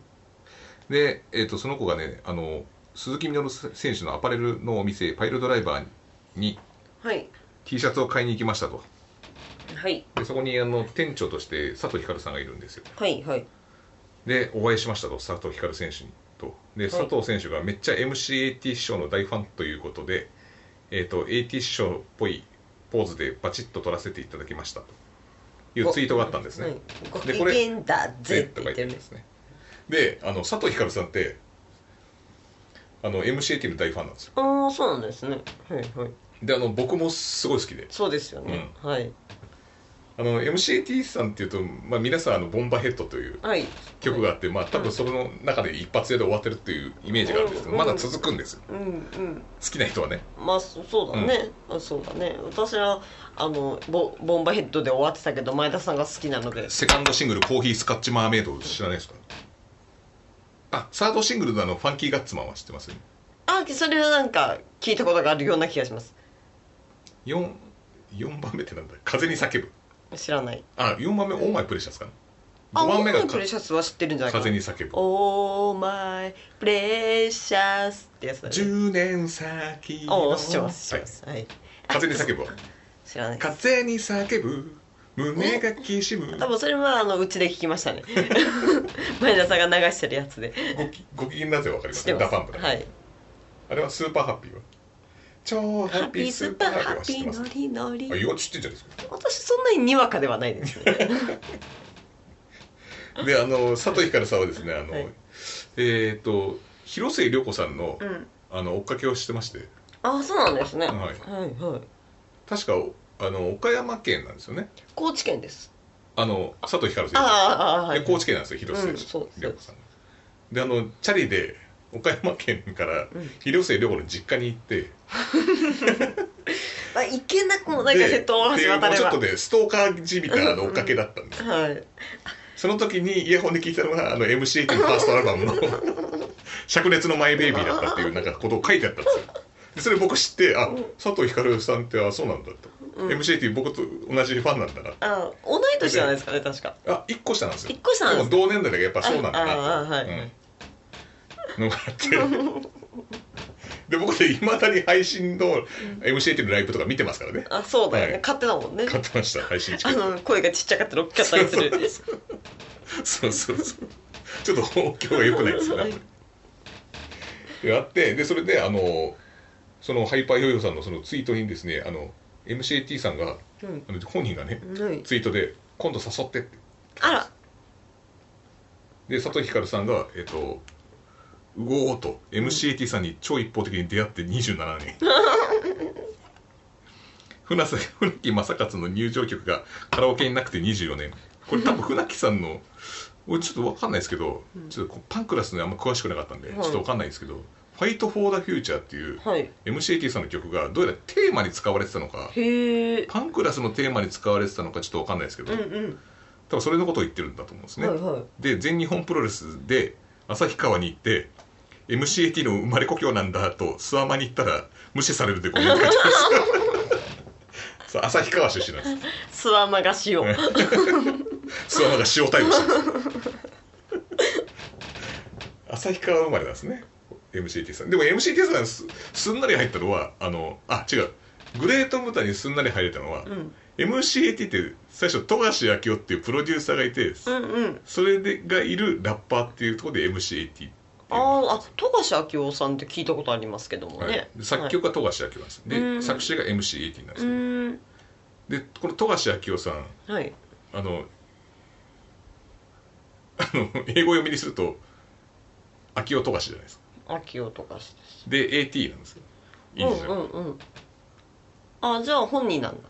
Speaker 1: で、えー、とその子がねあの鈴木みのる選手のアパレルのお店パイルドライバーに
Speaker 2: はい
Speaker 1: T シャツを買いに行きましたと
Speaker 2: はい
Speaker 1: でそこにあの店長として佐藤光さんがいるんですよ
Speaker 2: はいはい
Speaker 1: でお会いしましたと佐藤光選手にとで
Speaker 2: い
Speaker 1: 佐藤選手がめっちゃ MCAT 師匠の大ファンということで、えー、と AT 師匠っぽいポーズでバチッと撮らせていただきましたというツイートがあったんですね、
Speaker 2: ご
Speaker 1: で
Speaker 2: 機
Speaker 1: これ
Speaker 2: 嫌だぜっ
Speaker 1: Z
Speaker 2: て
Speaker 1: とか言
Speaker 2: 言っ
Speaker 1: っててる
Speaker 2: るね
Speaker 1: んですねであの佐藤光さんってあの MCAT の大ファンなんですよ
Speaker 2: ああそうなんですねはいはい
Speaker 1: であの僕もすごい好きで
Speaker 2: そうですよね、はい
Speaker 1: あの MCAT さんっていうと、まあ、皆さんあの「ボンバーヘッド」という
Speaker 2: はい
Speaker 1: 曲があって、まあ、多分その中で一発屋で終わってるっていうイメージがあるんですけど、
Speaker 2: うん
Speaker 1: まだ続くんですよ
Speaker 2: うんうん
Speaker 1: 好きな人はね
Speaker 2: まあそそうだね、あそうだね私はあのボボンバーヘッドで終わってたけど前田さんが好きなので
Speaker 1: セカンドシングル「コーヒースカッチマーメイド」知らないですかあサードシングルのあの「ファンキーガッツマン」は知ってますよね
Speaker 2: あそれはなんか聞いたことがあるような気がします
Speaker 1: 4, 4番目ってなんだ「風に叫ぶ
Speaker 2: 知らない」
Speaker 1: あ4番目「オーマイプレシャス」かな
Speaker 2: あ
Speaker 1: 5番目が
Speaker 2: オーマイプレシャスは知ってるんじゃないか
Speaker 1: 風
Speaker 2: な
Speaker 1: に叫ぶ
Speaker 2: オーマイプレシャスってやつだね
Speaker 1: 10年先の
Speaker 2: おお知ってます知ってますはい、
Speaker 1: はい風に叫ぶわ
Speaker 2: 知らないです
Speaker 1: 風に叫ぶ胸がきしむ
Speaker 2: 多分それはあのうちで聞きましたね前田さんが流してるやつで
Speaker 1: ごきご機嫌なぜわかりま
Speaker 2: 知っ
Speaker 1: す
Speaker 2: て
Speaker 1: ね
Speaker 2: ま
Speaker 1: ダ
Speaker 2: す
Speaker 1: パンプだ、
Speaker 2: はい
Speaker 1: あれはスーパーハッピーは超ハ
Speaker 2: ハ
Speaker 1: ッ
Speaker 2: ッピ
Speaker 1: ピー
Speaker 2: ー
Speaker 1: ス
Speaker 2: ス
Speaker 1: ー
Speaker 2: ー
Speaker 1: パ
Speaker 2: パ
Speaker 1: ー
Speaker 2: ー
Speaker 1: ハッ
Speaker 2: ハ
Speaker 1: ピーは
Speaker 2: ッ
Speaker 1: 知っ
Speaker 2: ピ
Speaker 1: てます
Speaker 2: ーノリノリ
Speaker 1: あ、よ知ってんじゃないですか
Speaker 2: 私そんなににわかではないですね
Speaker 1: であの佐藤ひかるさんはですねあの、
Speaker 2: はい
Speaker 1: えっ、と広末涼子さんの,、
Speaker 2: うん
Speaker 1: あの追っかけをしてまして
Speaker 2: あそうなんですね、
Speaker 1: はい
Speaker 2: はいはい
Speaker 1: 確かあの岡山県なんですよね
Speaker 2: 高知県です
Speaker 1: あの佐藤ひかる選手
Speaker 2: ああああは
Speaker 1: で
Speaker 2: い
Speaker 1: 高知県なんですよ広末
Speaker 2: うんそうそう
Speaker 1: 涼子さんがであのチャリで岡山県から
Speaker 2: うん
Speaker 1: 広末涼子の実家に行って、
Speaker 2: あ行けなくもないか
Speaker 1: で
Speaker 2: ら瀬戸大橋渡
Speaker 1: で
Speaker 2: れ
Speaker 1: ちょ
Speaker 2: ば
Speaker 1: っとねストーカーじみたあの追っかけだったんですよ
Speaker 2: はい
Speaker 1: その時にイヤホンで聞いたのがあの MCAT のファーストアルバ ムの「灼熱のマイベイビー」だったっていうなんかことを書いてあったんですよでそれ僕知ってあ佐藤ひかるさんってあそうなんだと、
Speaker 2: うん
Speaker 1: MCAT 僕と同じファンなんだな
Speaker 2: あ同い年じゃないですかね確か
Speaker 1: あ一1個下なんですよ
Speaker 2: 一個下なんです
Speaker 1: でも同年代だけどやっぱそうなんだな
Speaker 2: ああはい
Speaker 1: うんのがあってで僕でいまだに配信の MCAT のライブとか見てますからね
Speaker 2: あそうだよね、
Speaker 1: はい
Speaker 2: 勝手だもんね
Speaker 1: 買ってました配信チケ
Speaker 2: あ
Speaker 1: ット
Speaker 2: の声がちっちゃかったり大きかったりする
Speaker 1: そうそうそう。ちょっと音響が良くないですよね。やって、で、それで、あの、そのハイパーヨーヨーさんのそのツイートにですね、あの、MCAT さんが、
Speaker 2: うん
Speaker 1: あの本人がね、
Speaker 2: はい
Speaker 1: ツイートで、今度誘ってって。
Speaker 2: あら
Speaker 1: で、佐藤ひかるさんが、えっと、うおーと、MCAT さんに超一方的に出会って27年。 船瀬船木正勝の入場曲がカラオケになくて24年これ多分船木さんの俺ちょっと分かんないですけど、ちょっとこうパンクラスのあんま詳しくなかったんで、
Speaker 2: はい
Speaker 1: ちょっと分かんないですけど「ファイト・フォー・ダ・フューチャー」っていう
Speaker 2: はい
Speaker 1: MCAT さんの曲がどうやらテーマに使われてたのか
Speaker 2: へえ
Speaker 1: パンクラスのテーマに使われてたのかちょっと分かんないですけど、
Speaker 2: うんうん
Speaker 1: 多分それのことを言ってるんだと思うんですね、
Speaker 2: はいはい
Speaker 1: で全日本プロレスで旭川に行って MCAT の生まれ故郷なんだと諏訪間に行ったら無視されるでごめんって書いてます。そう旭川出身なんで
Speaker 2: 諏訪間がしよう
Speaker 1: ねす。諏訪間が塩対応してます。旭川生まれなんですね。 MCT さん。でも MCT さんすすんなり入ったのは、あの、あ、違う。グレートムタにすんなり入れたのは、
Speaker 2: うん。
Speaker 1: MCAT って最初、富樫明夫っていうプロデューサーがいて、
Speaker 2: うんうん。
Speaker 1: それでがいるラッパーっていうところで MCAT っていう
Speaker 2: ああ、あ、富樫明夫さんって聞いたことありますけどもね。
Speaker 1: はいで作曲が富樫明夫なんです。で、
Speaker 2: うん
Speaker 1: 作詞が MCAT なんで
Speaker 2: う
Speaker 1: す、
Speaker 2: ーん。
Speaker 1: で、この富樫明夫さん、
Speaker 2: はい。
Speaker 1: あの、 あの、英語読みにすると、明夫富樫じゃないですか。
Speaker 2: 明夫とかしです。
Speaker 1: で、AT なんですよ。いいんです
Speaker 2: うん
Speaker 1: よ。
Speaker 2: うんうん。あ、じゃあ本人なんだ。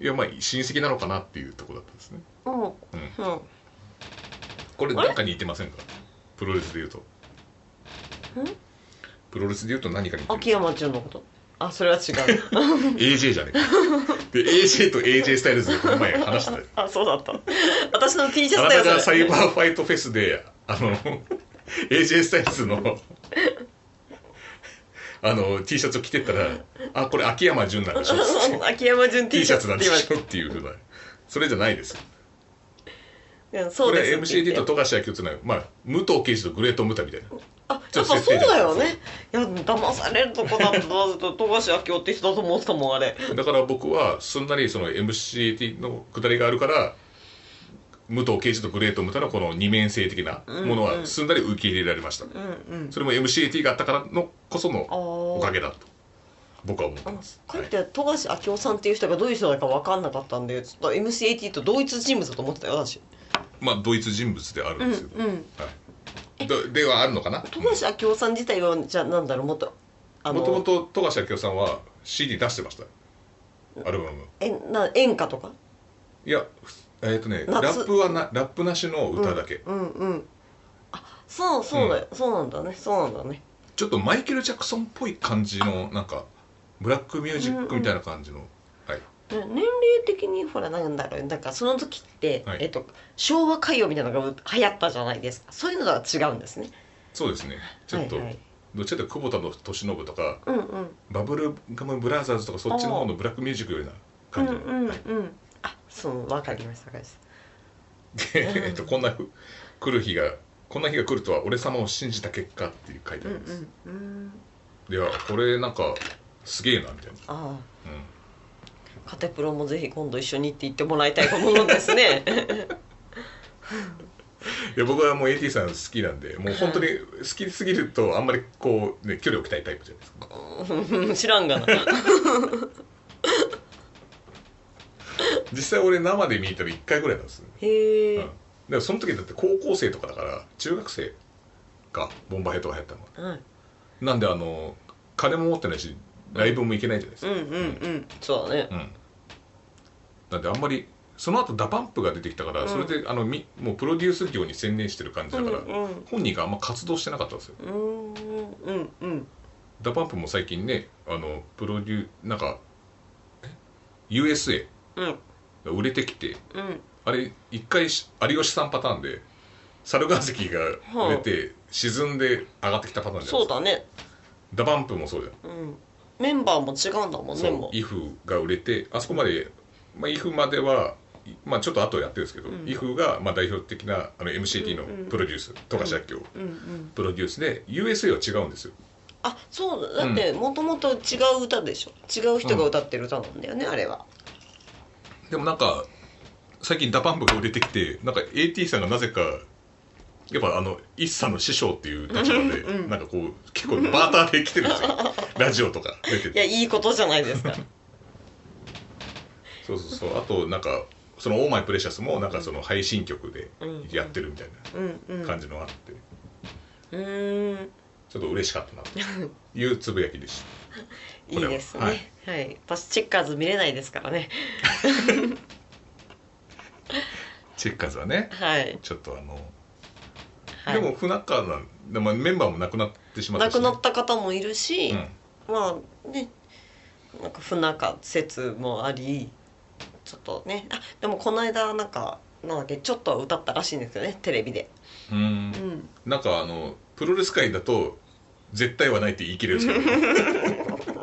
Speaker 1: いや、まあ、親戚なのかなっていうところだったんですね。
Speaker 2: うん。うん。
Speaker 1: これ
Speaker 2: あれ
Speaker 1: 何かに似てませんかプロレスで言うと。プロレスで言うと何かに似
Speaker 2: 秋
Speaker 1: てる。
Speaker 2: 山純のこと。あ、それは違 う。
Speaker 1: AJ じゃねえか。で、AJ と AJ スタイルズでこの前話したよ。
Speaker 2: あ、そうだ った。私の T シャ
Speaker 1: あ
Speaker 2: ツ
Speaker 1: な
Speaker 2: だ
Speaker 1: た
Speaker 2: よ、
Speaker 1: が
Speaker 2: そ
Speaker 1: サ
Speaker 2: れ
Speaker 1: イバーファイトフェスで、あの、AJ スタイルズの、あの、T シャツを着てったら、あ、これ秋山純なんでしょ
Speaker 2: 秋山純
Speaker 1: T シ
Speaker 2: T シ
Speaker 1: ャ
Speaker 2: ャ
Speaker 1: ツ
Speaker 2: ツ
Speaker 1: なん
Speaker 2: だ
Speaker 1: でしょっていうふうな。それじゃないですよ。
Speaker 2: うん、
Speaker 1: こ
Speaker 2: そう
Speaker 1: れ
Speaker 2: です
Speaker 1: は MCD と
Speaker 2: と。
Speaker 1: 富樫明夫っていうのは、まあ、武藤刑事とグレートムタみたいな。
Speaker 2: あ、やっぱそうだよね。いや、騙されるとこだったなずっと、富樫明夫って人だと思ってたもん、あれ。
Speaker 1: だから僕はすんなりその MCT の下りがあるから武藤刑事とグレートムタのこの二面性的なもの
Speaker 2: うんう
Speaker 1: は
Speaker 2: ん
Speaker 1: すんなり受け入れられました、
Speaker 2: うんうん。
Speaker 1: それも MCT があったからのこその
Speaker 2: あ
Speaker 1: お
Speaker 2: お
Speaker 1: かげだと僕は思ってます、
Speaker 2: か
Speaker 1: は
Speaker 2: えっ
Speaker 1: い、
Speaker 2: て富樫明夫さんっていう人がどういう人だか分かんなかったんでちょっと MCAT と同一人物だと思ってたよ私
Speaker 1: まあドイツ人物である
Speaker 2: うんん
Speaker 1: ですよ、
Speaker 2: うん
Speaker 1: はい、どではあるのかな
Speaker 2: 富樫明夫さん自体はじゃあなんだろうもっとあ
Speaker 1: もとも
Speaker 2: の
Speaker 1: と富樫明夫さんは CD 出してましたアルバム
Speaker 2: えな演歌とか
Speaker 1: いやふえっ、とねラ
Speaker 2: 夏
Speaker 1: ップはなラップなしの歌だけ、
Speaker 2: うんうんあそうそうだよ、そうなんだねそうなんだね
Speaker 1: ちょっとマイケル・ジャクソンっぽい感じのなんかブラックミュージックみたいな感じの、はい
Speaker 2: ね年齢的にほらなんだろうなんかその時って、
Speaker 1: はい
Speaker 2: えっと、昭和歌謡みたいなのが流行ったじゃないですかそういうのとは違うんですね
Speaker 1: そうですねちょっと、
Speaker 2: はいはい、
Speaker 1: どっちかというと久保田の利信とか
Speaker 2: うんうん
Speaker 1: バブルガム・ブラザーズとかそっちの方のブラックミュージックような
Speaker 2: う
Speaker 1: 感
Speaker 2: ん
Speaker 1: じの、
Speaker 2: うん
Speaker 1: はい
Speaker 2: うんあそうわかりましたわかりました
Speaker 1: で、えっと、こんなふ来る日がこんな日が来るとは俺様を信じた結果っていう書いてあ
Speaker 2: うん
Speaker 1: ります、
Speaker 2: うんうん
Speaker 1: ではこれなんかすげえなみたいな、
Speaker 2: あ
Speaker 1: うん
Speaker 2: あカテプロもぜひ今度一緒に行って行ってもらいたいものですね
Speaker 1: いや僕はもう AT さん好きなんでもう本当に好きすぎるとあんまりこうね距離を置きたいタイプじゃないですか
Speaker 2: うん知らんがな
Speaker 1: 実際俺生で見たの1回ぐらいなんですね
Speaker 2: へえ、
Speaker 1: うんだからその時だって高校生とかだから中学生がボンバーヘッドが流行ったのは
Speaker 2: はい
Speaker 1: なんであの金も持ってないしライブも行けないじゃないです
Speaker 2: うん
Speaker 1: か
Speaker 2: うんうんそうだね
Speaker 1: うん、なんであんまりその後ダパンプが出てきたから、
Speaker 2: うん
Speaker 1: それであのみもうプロデュース業に専念してる感じ
Speaker 2: う
Speaker 1: だ
Speaker 2: ん
Speaker 1: から、
Speaker 2: うん
Speaker 1: 本人があんま活動してなかったんですよ
Speaker 2: うんうんうん
Speaker 1: ダパンプも最近ねあのプロデューなんかえ USA
Speaker 2: うん
Speaker 1: が売れてきて、
Speaker 2: うん
Speaker 1: あれ一回し有吉さんパターンで猿岩石が売れて、沈んで上がってきたパターンじゃないで
Speaker 2: そう
Speaker 1: すか
Speaker 2: だね
Speaker 1: ダバンプもそうじゃん
Speaker 2: うんメンバーも違うんだもんねも
Speaker 1: そう
Speaker 2: う
Speaker 1: イフが売れてあそこまで、まあ、イフまではいまあちょっと後やってるんですけど、
Speaker 2: うん
Speaker 1: イフがまあ代表的なあの MCT
Speaker 2: うんう
Speaker 1: の
Speaker 2: ん
Speaker 1: プロデュース富樫明夫
Speaker 2: うんうん
Speaker 1: プロデュースで USA は違うんですよ
Speaker 2: あそうだだってもともと違う歌でしょ違う人が歌ってる歌なんだよね、あれは
Speaker 1: でもなんか最近ダパンプが売れてきてなんか AT さんがなぜかやっぱあの一茶の師匠っていう立場で、
Speaker 2: うん
Speaker 1: なんかこう結構バーターで来てるん ですよラジオとか出てて
Speaker 2: いやいいことじゃないですか
Speaker 1: そうそうそうあとなんかその「オーマイプレシャス」もなんかその配信曲で
Speaker 2: うん
Speaker 1: やってるみたい
Speaker 2: うんうん
Speaker 1: な感じのがあって
Speaker 2: うーん
Speaker 1: ちょっと嬉しかったなというつぶやきでし
Speaker 2: いいですね
Speaker 1: こ
Speaker 2: は
Speaker 1: れ
Speaker 2: い、私チェッカーズ見れないですからね
Speaker 1: たチェッカーズはね
Speaker 2: はい、
Speaker 1: ちょっとあの、
Speaker 2: はい、
Speaker 1: でも不仲なんで、まあ、メンバーもなくなってしまった
Speaker 2: 亡
Speaker 1: し、ね、
Speaker 2: くなった方もいるし、
Speaker 1: うん
Speaker 2: まあねなんか不仲説もありちょっとねあでもこの間なんかなんだっけちょっとは歌ったらしいんですよねテレビで、
Speaker 1: う
Speaker 2: うんん、
Speaker 1: なんかあのプロレス界だと絶対はないって言い切れるんです けど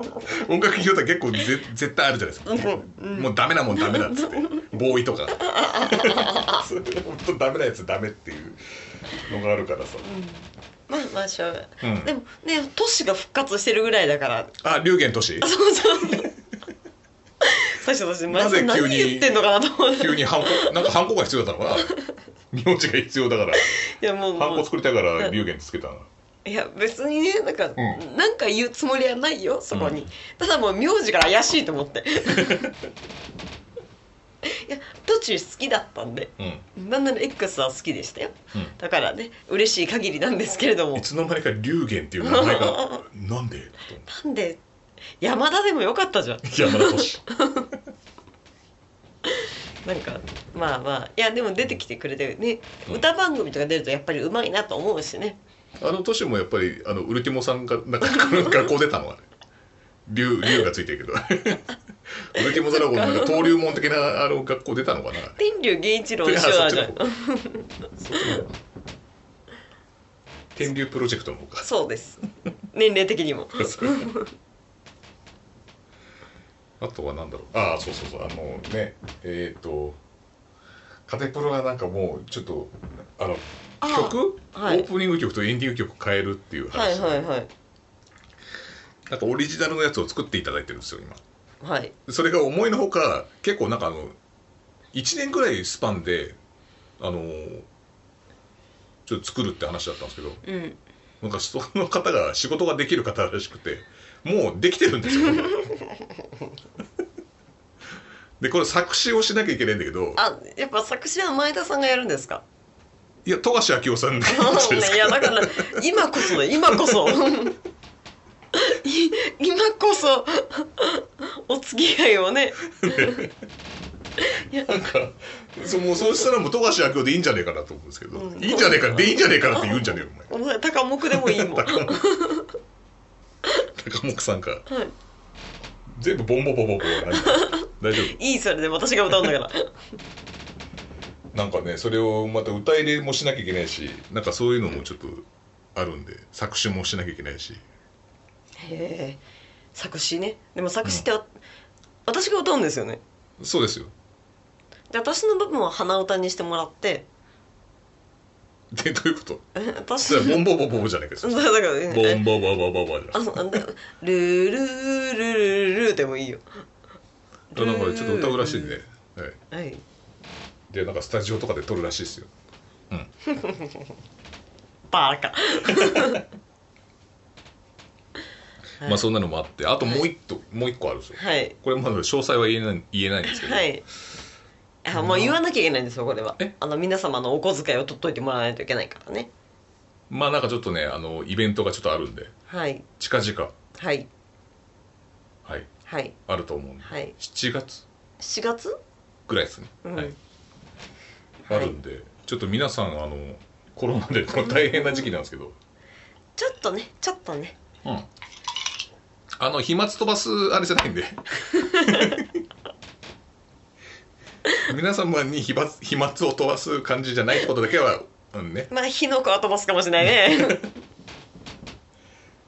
Speaker 1: 音楽業界結構ぜ絶対あるじゃないですか、
Speaker 2: うん
Speaker 1: もうダメなもんダメだっつってボーイと かそう本当ダメなやつダメっていうのがあるからさ、
Speaker 2: うんまあまあしょうがない。
Speaker 1: うん
Speaker 2: でもね、都市が復活してるぐらいだから。
Speaker 1: あ、龍玄都市
Speaker 2: あそ うそう。最初私、マジで
Speaker 1: なぜ急
Speaker 2: 何
Speaker 1: に
Speaker 2: 言ってんのかなと思って。
Speaker 1: 急にハンコ、なんかハンコが必要だったのかな名字が必要だから。
Speaker 2: いや、もう、
Speaker 1: ハン
Speaker 2: も
Speaker 1: コ作りたいから龍玄つけたの。
Speaker 2: ういや、別にね、なんか、
Speaker 1: ん
Speaker 2: なんか言うつもりはないよ、そこに。
Speaker 1: う
Speaker 2: ただもう、名字が怪しいと思 って。いや、途中好きだったんで、
Speaker 1: うん。
Speaker 2: なんなら X は好きでしたよ。
Speaker 1: うん
Speaker 2: だからね、嬉しい限りなんですけれども
Speaker 1: い。つの間にか龍玄っていう名前が、なんで
Speaker 2: なんで、山田でもよかったじゃん。
Speaker 1: 山田都市。
Speaker 2: なんかまあまあいやでも出てきてくれてね、
Speaker 1: うん
Speaker 2: 歌番組とか出るとやっぱりうまいなと思うしね
Speaker 1: あの都市もやっぱり、あの、ウルティモさんが、なんか、学校出たのは、龍、龍がついてるけ ど。ウルティモザラゴンのなんか登竜門的な、あの、学校出たのかな
Speaker 2: 天竜源一郎の手話じゃん
Speaker 1: いや そ天竜プロジェクトの方か。
Speaker 2: そうです年齢的にも
Speaker 1: あとはなんだろう。ああ、そうそうそう。あのね、えっ、と、カテプロがなんかもうちょっと、あの、
Speaker 2: あー
Speaker 1: 曲、
Speaker 2: は
Speaker 1: オ
Speaker 2: い
Speaker 1: ープニング曲とエンディング曲変えるっていう
Speaker 2: は
Speaker 1: 話、
Speaker 2: いはいはい
Speaker 1: なんかオリジナルのやつを作っていただいてるんですよ、今。
Speaker 2: はい
Speaker 1: それが思いのほか、結構なんかあの、1年ぐらいスパンで、あの、ちょっと作るって話だったんですけど、
Speaker 2: うん
Speaker 1: なんかその方が仕事ができる方らしくてもうできてるんですよでこれ作詞をしなきゃいけないんだけど
Speaker 2: あやっぱ作詞は前田さんがやるんですか
Speaker 1: いや富樫明夫さんがやるんです
Speaker 2: いやだから今こそだ今こそい今こそお付き合いをね
Speaker 1: なんかそもうそうしたらもう富樫明夫でいいんじゃねえかなと思うんですけど、
Speaker 2: うん
Speaker 1: いいんじゃねえかでいいんじゃねえかなって言うんじゃねえよ
Speaker 2: お前高木でもいいもん
Speaker 1: お前
Speaker 2: はい
Speaker 1: 高木高木さんか全部ボンボボボボボ大丈夫
Speaker 2: いいそれで私が歌うんだから
Speaker 1: なんかねそれをまた歌入れもしなきゃいけないしなんかそういうのもちょっとあるんで作詞もしなきゃいけないし
Speaker 2: へえ作詞ねでも作詞ってあ、私が歌うんですよね
Speaker 1: そうですよ
Speaker 2: で私の部分は鼻歌にしてもらって
Speaker 1: でどういうこと
Speaker 2: え私
Speaker 1: それはボンボボボボじゃないけど
Speaker 2: だからえ
Speaker 1: ボンボボボボボじゃ
Speaker 2: あ
Speaker 1: ん
Speaker 2: のあのルールールルルルでもいいよ
Speaker 1: あなんかちょっと歌うらしいんで、はい、
Speaker 2: はい
Speaker 1: でなんかスタジオとかで撮るらしいですよ
Speaker 2: バカはい
Speaker 1: まあそんなのもあってあともう一個、もう一個あるんですよ
Speaker 2: はい
Speaker 1: これまだ詳細は言えない言えないんですけど、
Speaker 2: はいあもう言わなきゃいけないんですよこれは
Speaker 1: え
Speaker 2: あの皆様のお小遣いを取っといてもらわないといけないからね
Speaker 1: まあなんかちょっとねあのイベントがちょっとあるんで
Speaker 2: はい
Speaker 1: 近々
Speaker 2: はい
Speaker 1: はい
Speaker 2: はい
Speaker 1: あると思うんで、
Speaker 2: はい
Speaker 1: 7月
Speaker 2: 4月
Speaker 1: ぐらいですね、
Speaker 2: うん
Speaker 1: はい
Speaker 2: はい
Speaker 1: あるんでちょっと皆さんあのコロナでこの大変な時期なんですけど、
Speaker 2: ちょっとねちょっとね
Speaker 1: うん、あの飛沫飛ばすあれじゃないん で皆様に飛沫飛沫を飛ばす感じじゃないってことだけは、うんね、
Speaker 2: まあ火の粉は飛ばすかもしれないね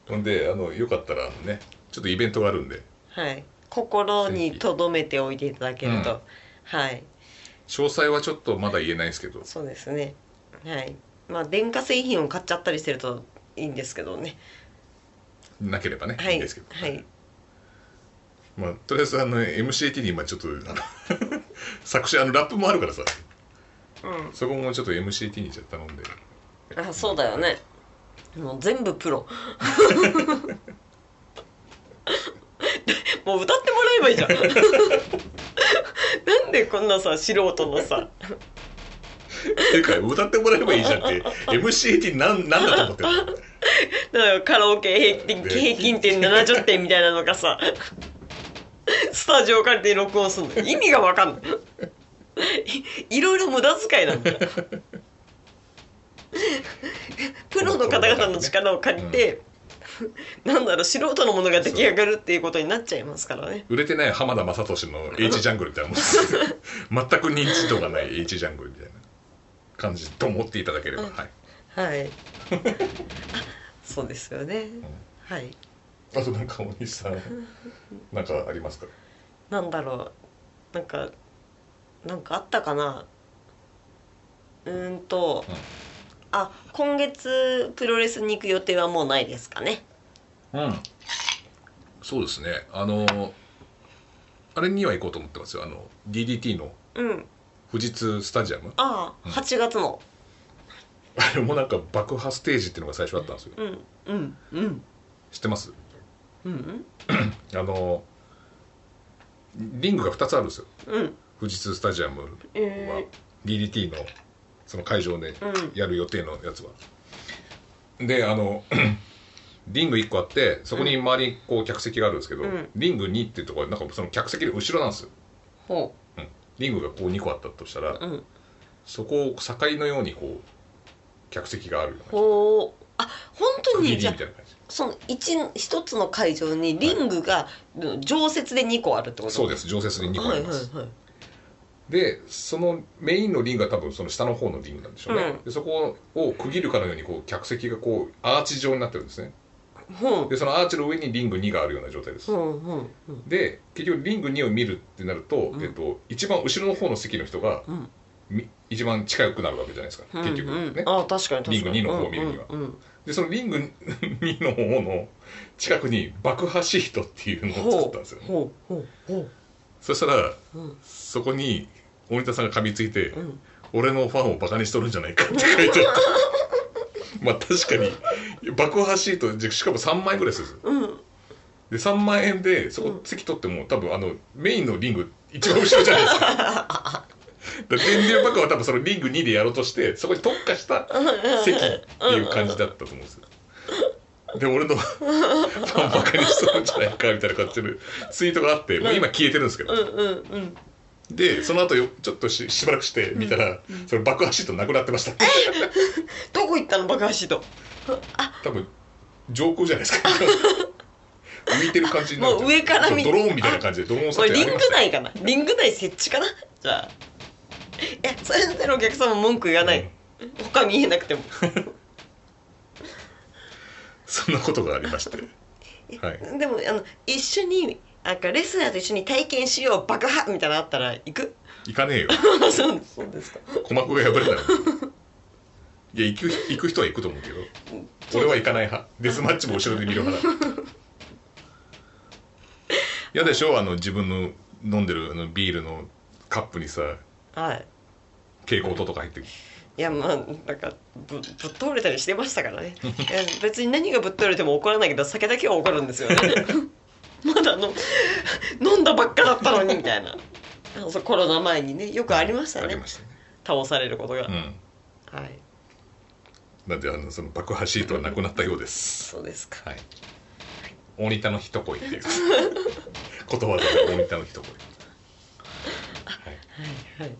Speaker 1: ほんであのよかったらあのねちょっとイベントがあるんで
Speaker 2: はい心に留めておいていただけると、
Speaker 1: うん
Speaker 2: はい
Speaker 1: 詳細はちょっとまだ言えないんですけど
Speaker 2: そうですねはいまあ電化製品を買っちゃったりしてるといいんですけどね
Speaker 1: なければね、、
Speaker 2: はい
Speaker 1: い
Speaker 2: い
Speaker 1: んですけど、
Speaker 2: はい
Speaker 1: まあ、とりあえずあの MCAT に今ちょっとあの 作詞あのラップもあるからさ
Speaker 2: う
Speaker 1: そこもちょっと MCAT にちょっと頼んで
Speaker 2: んあそうだよねもう全部プロもう歌ってもらえばいいじゃんなんでこんなさ素人のさ
Speaker 1: っていうか歌ってもらえばいいじゃんって MCAT なんなんだと思ってるの
Speaker 2: だからカラオケ平均
Speaker 1: で
Speaker 2: 平均点70点みたいなのがさスタジオ借りて録音するの意味が分かんないいいろいろ無駄遣いなんだよプロの方々の力を借りて、なんだろう素人のものが出来上がるっていうことになっちゃいますからね
Speaker 1: 売れてない浜田雅俊の H ジャングルみたいなもんです全く認知度がない H ジャングルみたいな感じと思っていただければ、
Speaker 2: うん
Speaker 1: はい、
Speaker 2: はいあそうですよねはい
Speaker 1: あとなんかお西さんなんかありますか
Speaker 2: なんだろうなんかなんかあったかなうーんと、
Speaker 1: うん
Speaker 2: あ、今月プロレスに行く予定はもうないですかね。
Speaker 1: うん。そうですね。あの、あれには行こうと思ってますよ。あの、DDT の
Speaker 2: うん。
Speaker 1: 富士通スタジアム。
Speaker 2: ああ、
Speaker 1: うん
Speaker 2: 8月の。
Speaker 1: あれもなんか爆破ステージっていうのが最初あったんですよ。
Speaker 2: うん。うん。うん。
Speaker 1: 知ってます
Speaker 2: うん。
Speaker 1: あの、リングが2つあるんですよ。
Speaker 2: うん。
Speaker 1: 富士通スタジアムは
Speaker 2: え
Speaker 1: DDT のその会場で
Speaker 2: ー、うん。
Speaker 1: やる予定のやつは。で、あの、 リング1個あって、そこに周りにこう客席があるんですけど、
Speaker 2: うん
Speaker 1: リング2っていうところはなんかその客席の後ろなんですよ。
Speaker 2: ほ
Speaker 1: リングがこう2個あったとしたら
Speaker 2: う。、うん。
Speaker 1: そこを境のようにこう客席があるような
Speaker 2: ほう。あ、本当
Speaker 1: 区切り
Speaker 2: に、
Speaker 1: み
Speaker 2: じ
Speaker 1: た
Speaker 2: ゃ
Speaker 1: い
Speaker 2: あ
Speaker 1: な感じ
Speaker 2: その一、一つの会場にリングが、うん常設で2個あるってこと。
Speaker 1: そうですす常設に2個あります、
Speaker 2: はいはいはい。
Speaker 1: でそのメインのリングが多分その下の方のリングなんでしょうね、
Speaker 2: うん
Speaker 1: でそこを区切るかのようにこう客席がこうアーチ状になってるんですね
Speaker 2: ほう。
Speaker 1: でそのアーチの上にリング2があるような状態です、
Speaker 2: ほうほうほう。
Speaker 1: で結局リング2を見るってなると、
Speaker 2: うん
Speaker 1: えっと、一番後ろの方の席の人が
Speaker 2: うん
Speaker 1: み一番近くなるわけじゃないですか、
Speaker 2: うん
Speaker 1: 結局ね、
Speaker 2: うん、ああ確かに確かに
Speaker 1: リング二の方を見るには
Speaker 2: うんうん
Speaker 1: でそのリング2の方の近くに爆破シートっていうのを作ったんですよね
Speaker 2: ほうほうほ
Speaker 1: そしたら
Speaker 2: ううん
Speaker 1: そこに大仁田さんが噛みついて、
Speaker 2: うん
Speaker 1: 俺のファンをバカにしとるんじゃないかって書いてあったまあ確かに爆破シートでしかも3枚ぐらいするんですよ
Speaker 2: うん
Speaker 1: で3万円でそこ席取っても多分あのメインのリング一番後ろじゃないですかだから電流爆破は多分そのリング2でやろうとしてそこに特化した席っていう感じだったと思うんですよで俺のファンバカにしとるんじゃないかみたいな感じでツイートがあってもう今消えてるんですけど
Speaker 2: うんうんうん
Speaker 1: でその後よちょっとししばらくして見たら、その爆破シートなくなってました
Speaker 2: どこ行ったの爆破シート
Speaker 1: 多分上空じゃないで すか浮いてる感じになる
Speaker 2: もう上から見
Speaker 1: そうドローンみたいな感じでドローン撮
Speaker 2: これ
Speaker 1: 影あ
Speaker 2: リ
Speaker 1: り
Speaker 2: ング
Speaker 1: ましたよ
Speaker 2: 内かなリング内設置かなじゃあえそれでのお客様文句言わない、他見えなくても、
Speaker 1: そんなことがありましてはい
Speaker 2: でもあの一緒になんかレスラーと一緒に体験しよう爆破みたいなのあったら行 く
Speaker 1: 行かねえよ
Speaker 2: そうですそうですか
Speaker 1: 鼓膜が破れないいや行く行く人は行くと思うけど俺は行かない派デスマッチも後ろで見る派だ嫌でしょあの自分の飲んでるあのビールのカップにさ
Speaker 2: はい
Speaker 1: 蛍光灯とか入ってる
Speaker 2: いやまあなんかぶぶっ倒れたりしてましたからねいや別に何がぶっ倒れても怒らないけど酒だけは怒るんですよね まだあの飲んだばっかだったのにみたいなあのそうコロナ前にねよくありました
Speaker 1: あり
Speaker 2: ね
Speaker 1: ましたね
Speaker 2: 倒されることが、
Speaker 1: うん
Speaker 2: はい
Speaker 1: なんであのその爆破シートはなくなったようです。
Speaker 2: そうですか
Speaker 1: はい。大仁田の一声って いう言葉で大仁田の一声。はい。
Speaker 2: はい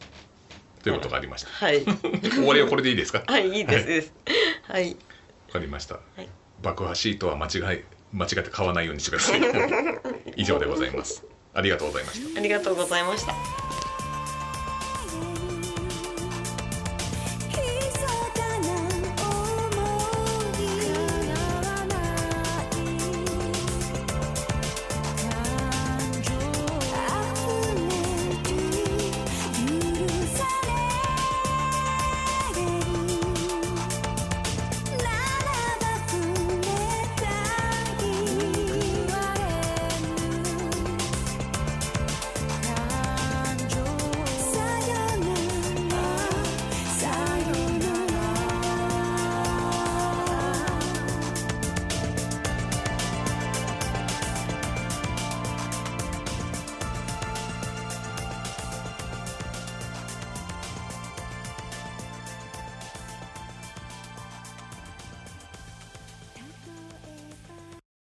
Speaker 1: ということがありました。
Speaker 2: はい
Speaker 1: 終わりはこれでいいですか。わ
Speaker 2: はいいいですいいですはい
Speaker 1: かりました
Speaker 2: はい。
Speaker 1: 爆破シートは間違い間違って 買わないようにしてください。以上でございます。ありがとうございました。
Speaker 2: ありがとうございました